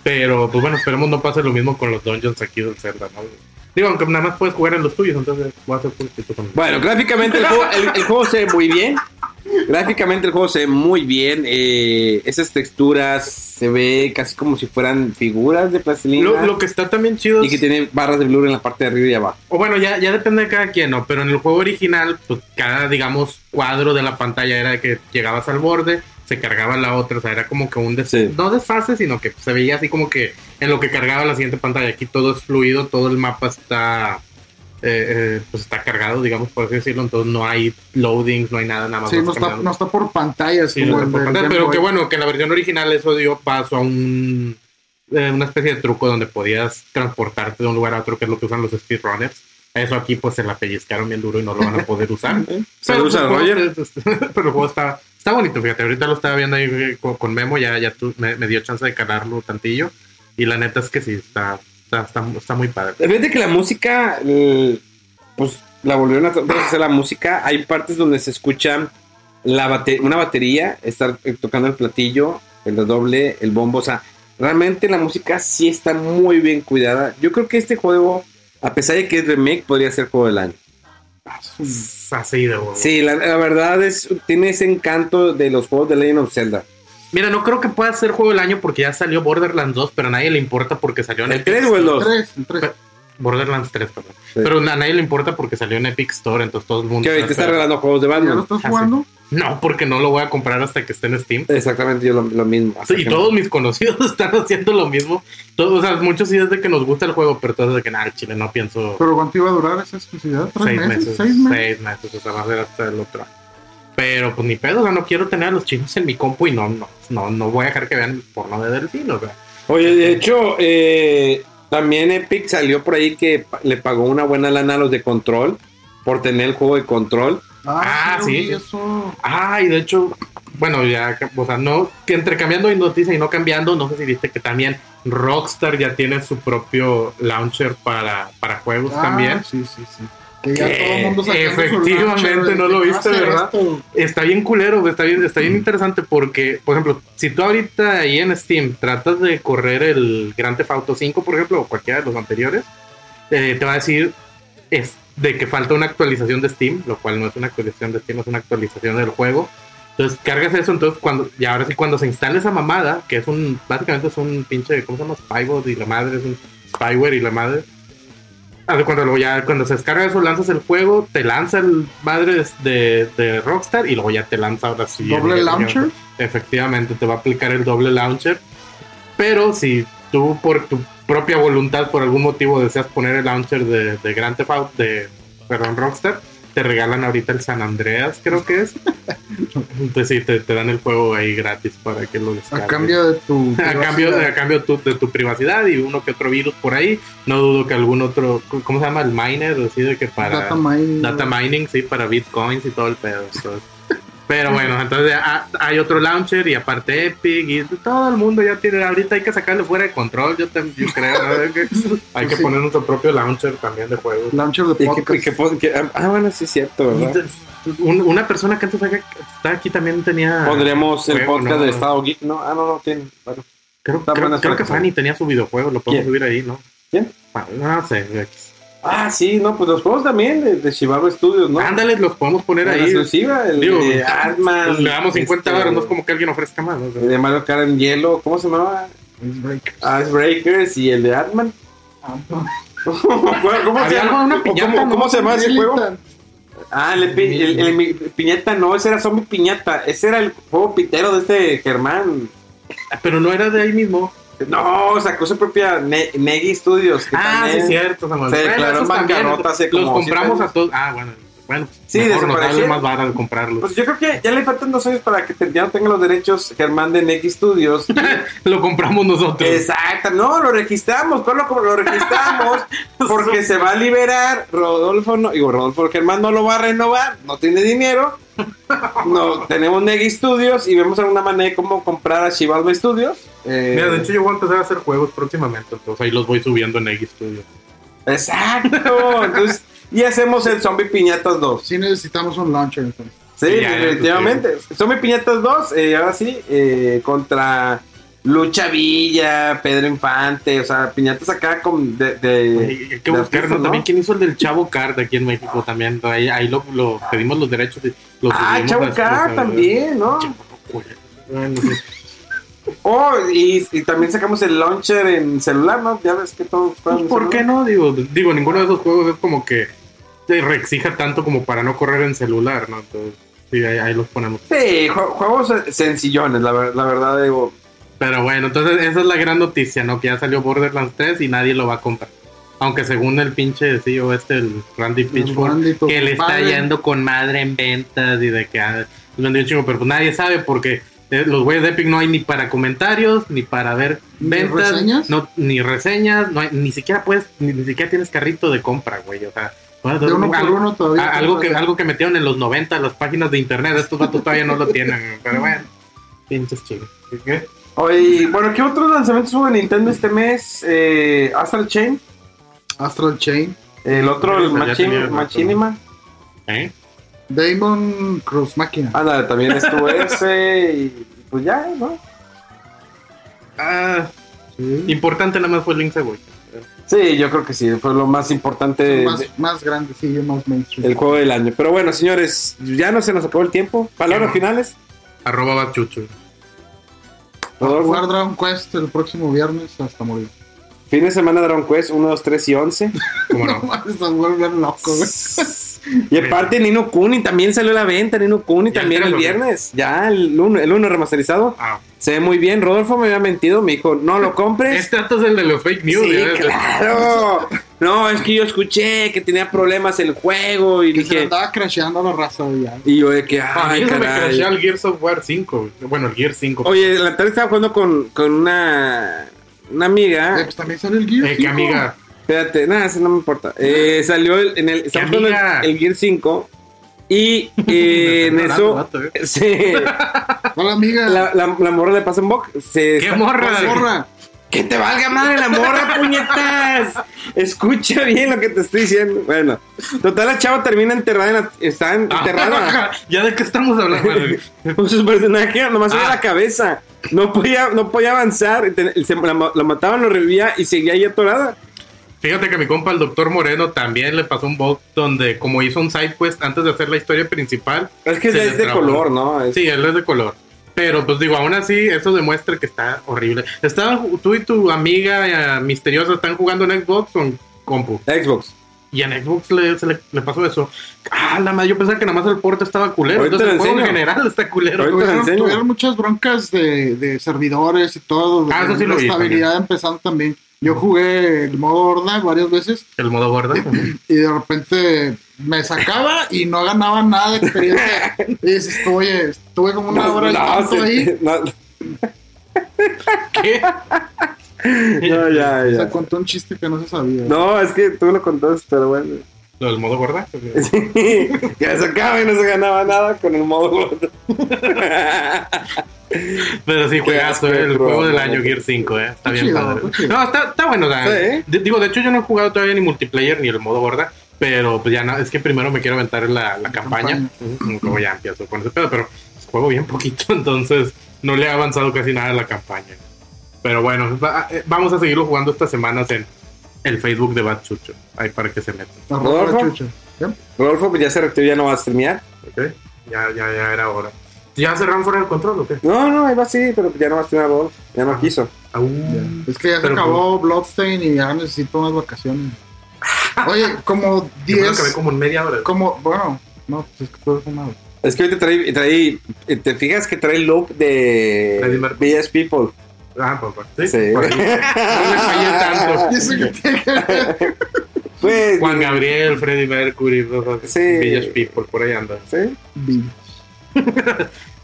Speaker 2: Pero, pues bueno, esperemos no pase lo mismo con los dungeons aquí del Zelda, ¿no? Digo, aunque nada más puedes jugar en los tuyos, entonces voy a hacer puntito con
Speaker 1: Bueno, gráficamente el juego, el- el juego se ve muy bien. Gráficamente el juego se ve muy bien. eh, esas texturas se ve casi como si fueran figuras de plastilina.
Speaker 2: lo, lo que está también chido
Speaker 1: y
Speaker 2: es
Speaker 1: que tiene barras de blur en la parte de arriba y abajo.
Speaker 2: O bueno, ya, ya depende de cada quien, ¿no? Pero en el juego original, pues cada, digamos, cuadro de la pantalla era que llegabas al borde, se cargaba la otra, o sea, era como que un des
Speaker 1: Sí.
Speaker 2: no desfase, sino que se veía así como que en lo que cargaba la siguiente pantalla. Aquí todo es fluido, todo el mapa está, eh, eh, pues está cargado, digamos, por así decirlo, entonces no hay loadings, no hay nada, nada más.
Speaker 3: Sí,
Speaker 2: vas
Speaker 3: no está,
Speaker 2: caminando.
Speaker 3: no está por pantallas.
Speaker 2: Sí,
Speaker 3: como
Speaker 2: no está
Speaker 3: el
Speaker 2: por
Speaker 3: del
Speaker 2: pantalla,
Speaker 3: Game
Speaker 2: pero
Speaker 3: Boy.
Speaker 2: que bueno, que en la versión original eso dio paso a un eh, una especie de truco donde podías transportarte de un lugar a otro, que es lo que usan los speedrunners. Eso aquí pues se la pellizcaron bien duro y no lo van a poder usar.
Speaker 1: Saludos
Speaker 2: pero,
Speaker 1: a
Speaker 2: el juego-
Speaker 1: Roger.
Speaker 2: pero el juego está, está bonito, fíjate. Ahorita lo estaba viendo ahí eh, con, con Memo, ya, ya tu- me, me dio chance de calarlo tantillo. Y la neta es que sí, está, está, está, está muy padre.
Speaker 1: Fíjate que la música, eh, pues la volvieron a tra- a hacer la música. Hay partes donde se escucha la bate- una batería, estar eh, tocando el platillo, el doble, el bombo. O sea, realmente la música sí está muy bien cuidada. Yo creo que este juego, a pesar de que es remake, podría ser juego del año.
Speaker 2: Así de bueno.
Speaker 1: Sí, la, la verdad es, tiene ese encanto de los juegos de Legend of Zelda.
Speaker 2: Mira, no creo que pueda ser juego del año porque ya salió Borderlands 2, pero a nadie le importa porque salió en
Speaker 1: ¿El
Speaker 2: Epic
Speaker 1: 3 o el 2?
Speaker 3: Tres, el tres.
Speaker 2: Borderlands 3, perdón.
Speaker 1: Sí.
Speaker 2: Pero a nadie le importa porque salió en Epic Store, entonces todo el mundo.
Speaker 1: Que ahorita está
Speaker 2: espera.
Speaker 1: regalando juegos de
Speaker 3: ¿Ya lo
Speaker 1: Batman.
Speaker 3: estás
Speaker 2: Ah,
Speaker 3: jugando?
Speaker 2: No, porque no lo voy a comprar hasta que esté en Steam.
Speaker 1: Exactamente, yo lo, lo mismo. Hasta
Speaker 2: Y
Speaker 1: que-
Speaker 2: todos mis conocidos están haciendo lo mismo. Todos, o sea, muchos sí es de que nos gusta el juego, pero todos de que, nada, chile, no pienso
Speaker 3: ¿Pero cuánto iba a durar esa exclusividad? ¿Tres
Speaker 2: seis
Speaker 3: meses?
Speaker 2: meses.
Speaker 3: ¿Seis meses?
Speaker 2: Seis meses, o sea, va a ser hasta el otro. año. Pero pues ni pedo, o sea, no quiero tener a los chinos en mi compu y no, no, no, no voy a dejar que vean porno de delfín, o sea.
Speaker 1: Oye, de hecho, eh, también Epic salió por ahí que pa- le pagó una buena lana a los de Control por tener el juego de Control.
Speaker 2: Ah,
Speaker 3: lo
Speaker 2: sí,
Speaker 3: vi,
Speaker 2: sí.
Speaker 3: Eso.
Speaker 2: Ah, y de hecho, bueno, ya, o sea, no, que entre cambiando y noticia y no cambiando, no sé si viste que también Rockstar ya tiene su propio launcher para, para juegos
Speaker 3: Ah,
Speaker 2: también.
Speaker 3: Sí, sí, sí. Que ya
Speaker 2: Que
Speaker 3: todo el mundo sacando su
Speaker 2: efectivamente
Speaker 3: launcher de
Speaker 2: no
Speaker 3: que
Speaker 2: lo
Speaker 3: va a
Speaker 2: viste,
Speaker 3: hacer
Speaker 2: ¿verdad?
Speaker 3: esto.
Speaker 2: Está bien culero, güey, está bien, está bien interesante porque, por ejemplo, si tú ahorita ahí en Steam tratas de correr el Grand Theft Auto 5, por ejemplo, o cualquiera de los anteriores, eh, te va a decir es de que falta una actualización de Steam, lo cual no es una actualización de Steam, es una actualización del juego. Entonces cargas eso, entonces cuando, y ahora sí cuando se instala esa mamada, que es un, básicamente es un pinche, ¿cómo se llama? Spybot y la madre, es un spyware y la madre. Haz de cuenta, luego ya cuando se descarga eso, lanzas el juego, te lanza el madre de, de Rockstar y luego ya te lanza ahora sí.
Speaker 3: ¿Doble
Speaker 2: el- el-
Speaker 3: launcher?
Speaker 2: Efectivamente, te va a aplicar el doble launcher. Pero si tú por tu propia voluntad, por algún motivo, deseas poner el launcher de, de Grand Theft Auto, de, perdón, Rockstar, te regalan ahorita el San Andreas, creo que es. Entonces sí, te, te dan el juego ahí gratis para que lo descargues.
Speaker 3: A cambio de tu.
Speaker 2: A cambio, a cambio tu- de tu privacidad y uno que otro virus por ahí. No dudo que algún otro, ¿cómo se llama? El miner, así de que para...
Speaker 3: Data mining.
Speaker 2: Data mining, sí, para bitcoins y todo el pedo. entonces. Pero bueno, entonces ha- hay otro launcher y aparte Epic y todo el mundo ya tiene. Ahorita hay que sacarle fuera de control, yo, tam- yo creo. ¿no? Hay que, hay que
Speaker 3: Sí.
Speaker 2: poner nuestro propio launcher también de juegos.
Speaker 3: Launcher de
Speaker 1: Y que, y
Speaker 3: podcast.
Speaker 1: que pon- que- ah, bueno, sí es cierto, ¿verdad?
Speaker 2: Un- una persona que antes acá- está aquí también tenía.
Speaker 1: Pondremos el
Speaker 2: juego,
Speaker 1: podcast
Speaker 2: ¿no?
Speaker 1: del Estado Geek. No, ah, no, no, tiene. Bueno,
Speaker 2: Creo,
Speaker 1: Está
Speaker 2: creo-
Speaker 1: buena
Speaker 2: creo que
Speaker 1: suerte.
Speaker 2: Fanny tenía su videojuego, lo podemos
Speaker 1: ¿Quién?
Speaker 2: subir ahí, ¿no?
Speaker 1: ¿Quién?
Speaker 2: Ah, No sé.
Speaker 1: Ah, sí, no, pues los juegos también de, de Chivago Studios, ¿no?
Speaker 2: Ándale, los podemos poner
Speaker 1: La
Speaker 2: ahí.
Speaker 1: exclusiva, el
Speaker 2: Digo, ah,
Speaker 1: de eh, Ant-Man,
Speaker 2: le damos 50
Speaker 1: este, eh.
Speaker 2: dólares, no es como que alguien ofrezca más. ¿no?
Speaker 1: el de Mario Kart en hielo, ¿cómo se llamaba? Icebreakers y el de Ant-Man. ¿Cómo se
Speaker 2: Ah, Había algo de
Speaker 1: llama?
Speaker 2: una
Speaker 1: ¿O
Speaker 2: piñata,
Speaker 1: ¿Cómo,
Speaker 2: ¿no?
Speaker 1: ¿Cómo se llama ese juego?
Speaker 3: Piñata.
Speaker 1: Ah, el, pi- el- el mi- piñata no, ese era zombie piñata. Ese era el juego pitero de este Germán.
Speaker 2: Pero no era de ahí mismo.
Speaker 1: No, sacó su propia Ne- Negi Studios. que
Speaker 2: Ah, sí,
Speaker 1: también-
Speaker 2: es cierto, Samuel.
Speaker 1: Se declaró
Speaker 2: esos
Speaker 1: en
Speaker 2: también,
Speaker 1: bancarrota hace
Speaker 2: Los
Speaker 1: como siete
Speaker 2: compramos
Speaker 1: años.
Speaker 2: a todos. Ah, bueno. Bueno,
Speaker 1: Sí,
Speaker 2: mejor nos sale
Speaker 1: desaparecieron.
Speaker 2: más barato comprarlos.
Speaker 1: Pues yo creo que ya le faltan dos años para que te- ya no tenga los derechos Germán de Negi Studios.
Speaker 2: lo compramos nosotros.
Speaker 1: Exacto, no, lo registramos, ¿cuál lo, lo registramos? Porque se va a liberar, Rodolfo, no, digo, Rodolfo Germán no lo va a renovar, no tiene dinero, no, tenemos Negi Studios y vemos alguna manera de cómo comprar a Chivalva Studios. Eh,
Speaker 2: Mira, de hecho yo voy a empezar a hacer juegos próximamente, entonces ahí los voy subiendo en X Studio.
Speaker 1: Exacto, entonces, y hacemos el Zombie Piñatas 2.
Speaker 3: Sí necesitamos un launcher entonces.
Speaker 1: Sí,
Speaker 2: Sí, ya, ya,
Speaker 1: definitivamente. Zombie Piñatas 2, eh, ahora sí, eh, contra Lucha Villa, Pedro Infante, o sea, piñatas acá con de, de-
Speaker 2: Hay que
Speaker 1: de
Speaker 2: buscar,
Speaker 1: artistas,
Speaker 2: ¿no? También quién hizo el del Chavo Card aquí en México también, ahí, ahí lo, lo pedimos los derechos. y lo
Speaker 1: Ah,
Speaker 2: subimos a-
Speaker 1: Chavo Car también, ¿no?
Speaker 2: Bueno, sí.
Speaker 1: Oh, y, y también sacamos el launcher en celular, ¿no? Ya ves que todos
Speaker 2: Pues,
Speaker 1: juegan en
Speaker 2: ¿Por qué
Speaker 1: celular.
Speaker 2: no? Digo, digo, ninguno de esos juegos es como que te reexija tanto como para no correr en celular, ¿no? Entonces, sí, ahí, ahí los ponemos.
Speaker 1: Sí, jue- juegos eh, sencillones, la, ver- la verdad, digo.
Speaker 2: Pero bueno, entonces esa es la gran noticia, ¿no? Que ya salió Borderlands 3 y nadie lo va a comprar. Aunque según el pinche CEO este, el Randy
Speaker 3: Randy,
Speaker 2: Pitchford,
Speaker 3: tu
Speaker 2: que le está
Speaker 3: compadre.
Speaker 2: yendo con madre en ventas y de que ah, vendió un chingo, pero pues nadie sabe porque eh, los güeyes de Epic no hay ni para comentarios, ni para ver
Speaker 3: ¿Ni
Speaker 2: ventas,
Speaker 3: reseñas?
Speaker 2: No, ni reseñas, no hay- ni siquiera puedes, ni, ni siquiera tienes carrito de compra, güey. O sea, bueno,
Speaker 3: De uno por
Speaker 2: algo,
Speaker 3: uno todavía.
Speaker 2: a- algo que algo que metieron en los 90 las páginas de internet, estos vatos todavía no lo tienen, pero bueno, pinches chingos. ¿Qué?
Speaker 7: Oye, bueno, ¿qué otros lanzamientos hubo de Nintendo este mes? Eh, Astral Chain,
Speaker 3: Astral Chain.
Speaker 7: el otro, el
Speaker 2: Ya
Speaker 7: Machin-
Speaker 2: tenía razón.
Speaker 7: Machinima.
Speaker 2: ¿Eh?
Speaker 3: Damon Cross Máquina.
Speaker 2: Ah,
Speaker 7: Ándale, también estuvo ese y pues ya, ¿no?
Speaker 2: Ah,
Speaker 3: Sí.
Speaker 2: importante nada más fue Link's Awakening.
Speaker 7: Sí, yo creo que sí, fue lo más importante de-
Speaker 3: más, más grande, sí, más mainstream.
Speaker 1: El juego del año. Pero bueno, señores, ya no se nos acabó el tiempo. Palabras finales.
Speaker 2: Arroba Bachuchu.
Speaker 1: Rodolfo,
Speaker 3: Jugar Dragon Quest el próximo viernes hasta morir.
Speaker 1: fin de semana Dragon Quest 1, 2, 3 y 11.
Speaker 2: ¿Cómo
Speaker 3: No
Speaker 2: no?
Speaker 3: mames, se vuelve loco, güey.
Speaker 1: Y aparte Nino Kuni también salió a la venta, Nino Kuni
Speaker 2: Ya
Speaker 1: también el
Speaker 2: entró,
Speaker 1: viernes. Ya el 1 el uno remasterizado.
Speaker 2: Ah,
Speaker 1: Se ve muy bien. Rodolfo me había mentido, me dijo, no lo compres.
Speaker 2: este dato es el de los fake news.
Speaker 1: Sí,
Speaker 2: ya ves.
Speaker 1: claro. No, es que yo escuché que tenía problemas el juego y
Speaker 3: Que se le
Speaker 1: dije...
Speaker 3: andaba crasheando la raza, güey. ya.
Speaker 1: Y yo de que,
Speaker 2: Ah, A mí
Speaker 1: ay,
Speaker 2: se me
Speaker 1: caray.
Speaker 2: crashea el Gear Software 5. güey. Bueno, el Gear 5.
Speaker 1: Oye, la tarde estaba jugando con, con una, una
Speaker 2: Ah.
Speaker 3: Eh,
Speaker 1: amiga.
Speaker 3: pues también sale el Gear.
Speaker 2: Eh, qué
Speaker 3: cinco.
Speaker 2: amiga.
Speaker 1: Espérate, nada, eso no me importa. Eh, salió el, en el, estamos jugando el-
Speaker 2: amiga?
Speaker 1: el, Gear 5 y eh, en
Speaker 2: Me está hablando,
Speaker 1: eso...
Speaker 2: vato, eh.
Speaker 1: Sí,
Speaker 3: Hola, amiga.
Speaker 1: la, la, la morra de Passenbock se...
Speaker 2: ¡Qué
Speaker 1: está-
Speaker 2: morra!
Speaker 3: Hola, morra.
Speaker 1: ¡Que te valga madre la morra, puñetas! Escucha bien lo que te estoy diciendo. Bueno, total, la chava termina enterrada en la... Está enterrada.
Speaker 2: Ah, ¿Ya de qué estamos hablando? güey?
Speaker 1: Con sus personajes, nomás
Speaker 2: Ah.
Speaker 1: veía la cabeza. No podía, no podía avanzar. y te- se- la, ma- la mataban, lo revivía y seguía ahí atorada.
Speaker 2: Fíjate que a mi compa, el doctor Moreno, también le pasó un bug donde, como hizo un side quest antes de hacer la historia principal.
Speaker 1: Es que es
Speaker 2: se le
Speaker 1: de este
Speaker 2: trabó.
Speaker 1: color, ¿no? Es-
Speaker 2: Sí, él es de color. Pero pues digo, aún así, eso demuestra que está horrible. Estaban, ju- tú y tu amiga eh, misteriosa están jugando en Xbox o en compu.
Speaker 1: Xbox.
Speaker 2: Y en Xbox le, se le, le pasó eso. Ah, la madre, yo pensaba que nada más el porte estaba culero.
Speaker 1: Ahorita
Speaker 2: Entonces el
Speaker 1: lo
Speaker 2: juego en
Speaker 1: enseño.
Speaker 2: general está culero.
Speaker 1: Ahorita-
Speaker 3: Tuvieron,
Speaker 1: enseño.
Speaker 3: tuvieron muchas broncas de, de servidores y todo. de
Speaker 2: Ah, eso sí lo
Speaker 3: la
Speaker 2: vi
Speaker 3: estabilidad empezando también. Yo jugué el modo horda varias veces
Speaker 2: El modo gordo.
Speaker 3: y de repente me sacaba y no ganaba nada de experiencia. y dices, tú, oye, estuve como una hora y tanto
Speaker 1: se-
Speaker 3: ahí.
Speaker 1: no,
Speaker 2: ¿Qué?
Speaker 1: no, ya,
Speaker 3: Se
Speaker 1: ya.
Speaker 3: contó un chiste que no se sabía.
Speaker 1: No, es que tú lo contaste, pero bueno.
Speaker 2: ¿Lo del modo gorda?
Speaker 1: que se acaba y no se ganaba nada con el modo gordo.
Speaker 2: Pero sí,
Speaker 1: asco
Speaker 2: juegazo,
Speaker 1: de
Speaker 2: eh, el
Speaker 1: juego,
Speaker 2: juego del
Speaker 1: no,
Speaker 2: año
Speaker 1: no.
Speaker 2: Gear 5, eh. Está
Speaker 3: Está
Speaker 2: bien
Speaker 3: chido,
Speaker 2: padre.
Speaker 3: está chido.
Speaker 2: No, está, está bueno. o sea,
Speaker 1: Sí.
Speaker 2: de- digo, de hecho yo no he jugado todavía ni multiplayer ni el modo gorda, pero pues ya no, es que primero me quiero aventar la, la campaña.
Speaker 3: campaña.
Speaker 2: Ujú, Luego ya empiezo con ese pedo, pero pues, juego bien poquito, entonces no le he avanzado casi nada a la campaña. Pero bueno, va- eh, vamos a seguirlo jugando estas semanas en el Facebook de Bad Chucho. Ahí para que se metan.
Speaker 3: Arroba
Speaker 1: Rodolfo.
Speaker 3: Chucho.
Speaker 1: Rodolfo, pues ya se reactivó, ya no vas a streamear.
Speaker 2: ¿ok? Ya, ya, ya era hora. ¿Ya cerraron fuera del control o qué?
Speaker 1: No, no, ahí va sí, pero ya no va a streamear Rodolfo. Ya no quiso.
Speaker 2: Aún.
Speaker 3: Es que ya se
Speaker 2: Pero, pues-
Speaker 3: acabó Bloodstain y ya necesito unas vacaciones. Oye, como
Speaker 2: Yo me lo acabé
Speaker 3: 10.
Speaker 2: como en media hora.
Speaker 3: Como, bueno, no, pues es que todo es una.
Speaker 1: Es que hoy te traí, traí- eh, te fijas que trae el look
Speaker 2: Freddie
Speaker 1: de
Speaker 2: Mercury.
Speaker 1: BS People.
Speaker 2: Ah, papá. Sí.
Speaker 1: Sí.
Speaker 2: por ahí. No le fallé tanto.
Speaker 3: ¿Y eso que tiene que ver?
Speaker 1: Pues,
Speaker 2: Juan Gabriel, Freddie Mercury, Villas
Speaker 1: Sí.
Speaker 2: People, por ahí andan.
Speaker 1: sí.
Speaker 3: Vi.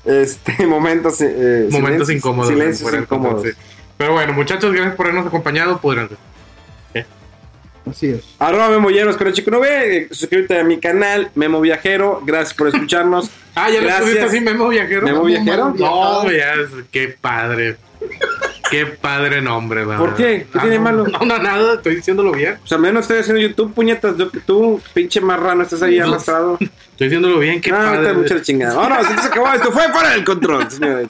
Speaker 1: Este, momentos, eh,
Speaker 2: Momentos
Speaker 1: silencios-
Speaker 2: incómodos.
Speaker 1: Silencios
Speaker 2: fuera de control,
Speaker 1: incómodos.
Speaker 2: sí. Pero bueno, muchachos, gracias por habernos acompañado. Podrán.
Speaker 3: Así es.
Speaker 1: Arroba Memoyeros con el chico no ve. eh, Suscríbete a mi canal, Memo Viajero. Gracias por escucharnos.
Speaker 2: Ah, ya lo
Speaker 1: Gracias.
Speaker 2: estuviste así, Memo Viajero.
Speaker 1: Memo Viajero.
Speaker 2: No, veas, qué padre. Qué padre nombre, la
Speaker 1: ¿Por
Speaker 2: verdad.
Speaker 1: qué? ¿Qué
Speaker 2: Ah,
Speaker 1: tiene
Speaker 2: no,
Speaker 1: malo?
Speaker 2: No, no, nada, estoy diciéndolo bien.
Speaker 1: O sea, menos estoy haciendo YouTube, puñetas. Yo que tú, pinche marrano, estás ahí
Speaker 2: No.
Speaker 1: arrastrado.
Speaker 2: Estoy diciéndolo bien, qué
Speaker 1: Ah,
Speaker 2: padre.
Speaker 1: está mucho la chingada. Ahora, se acabó. Esto fue fuera del control, señores.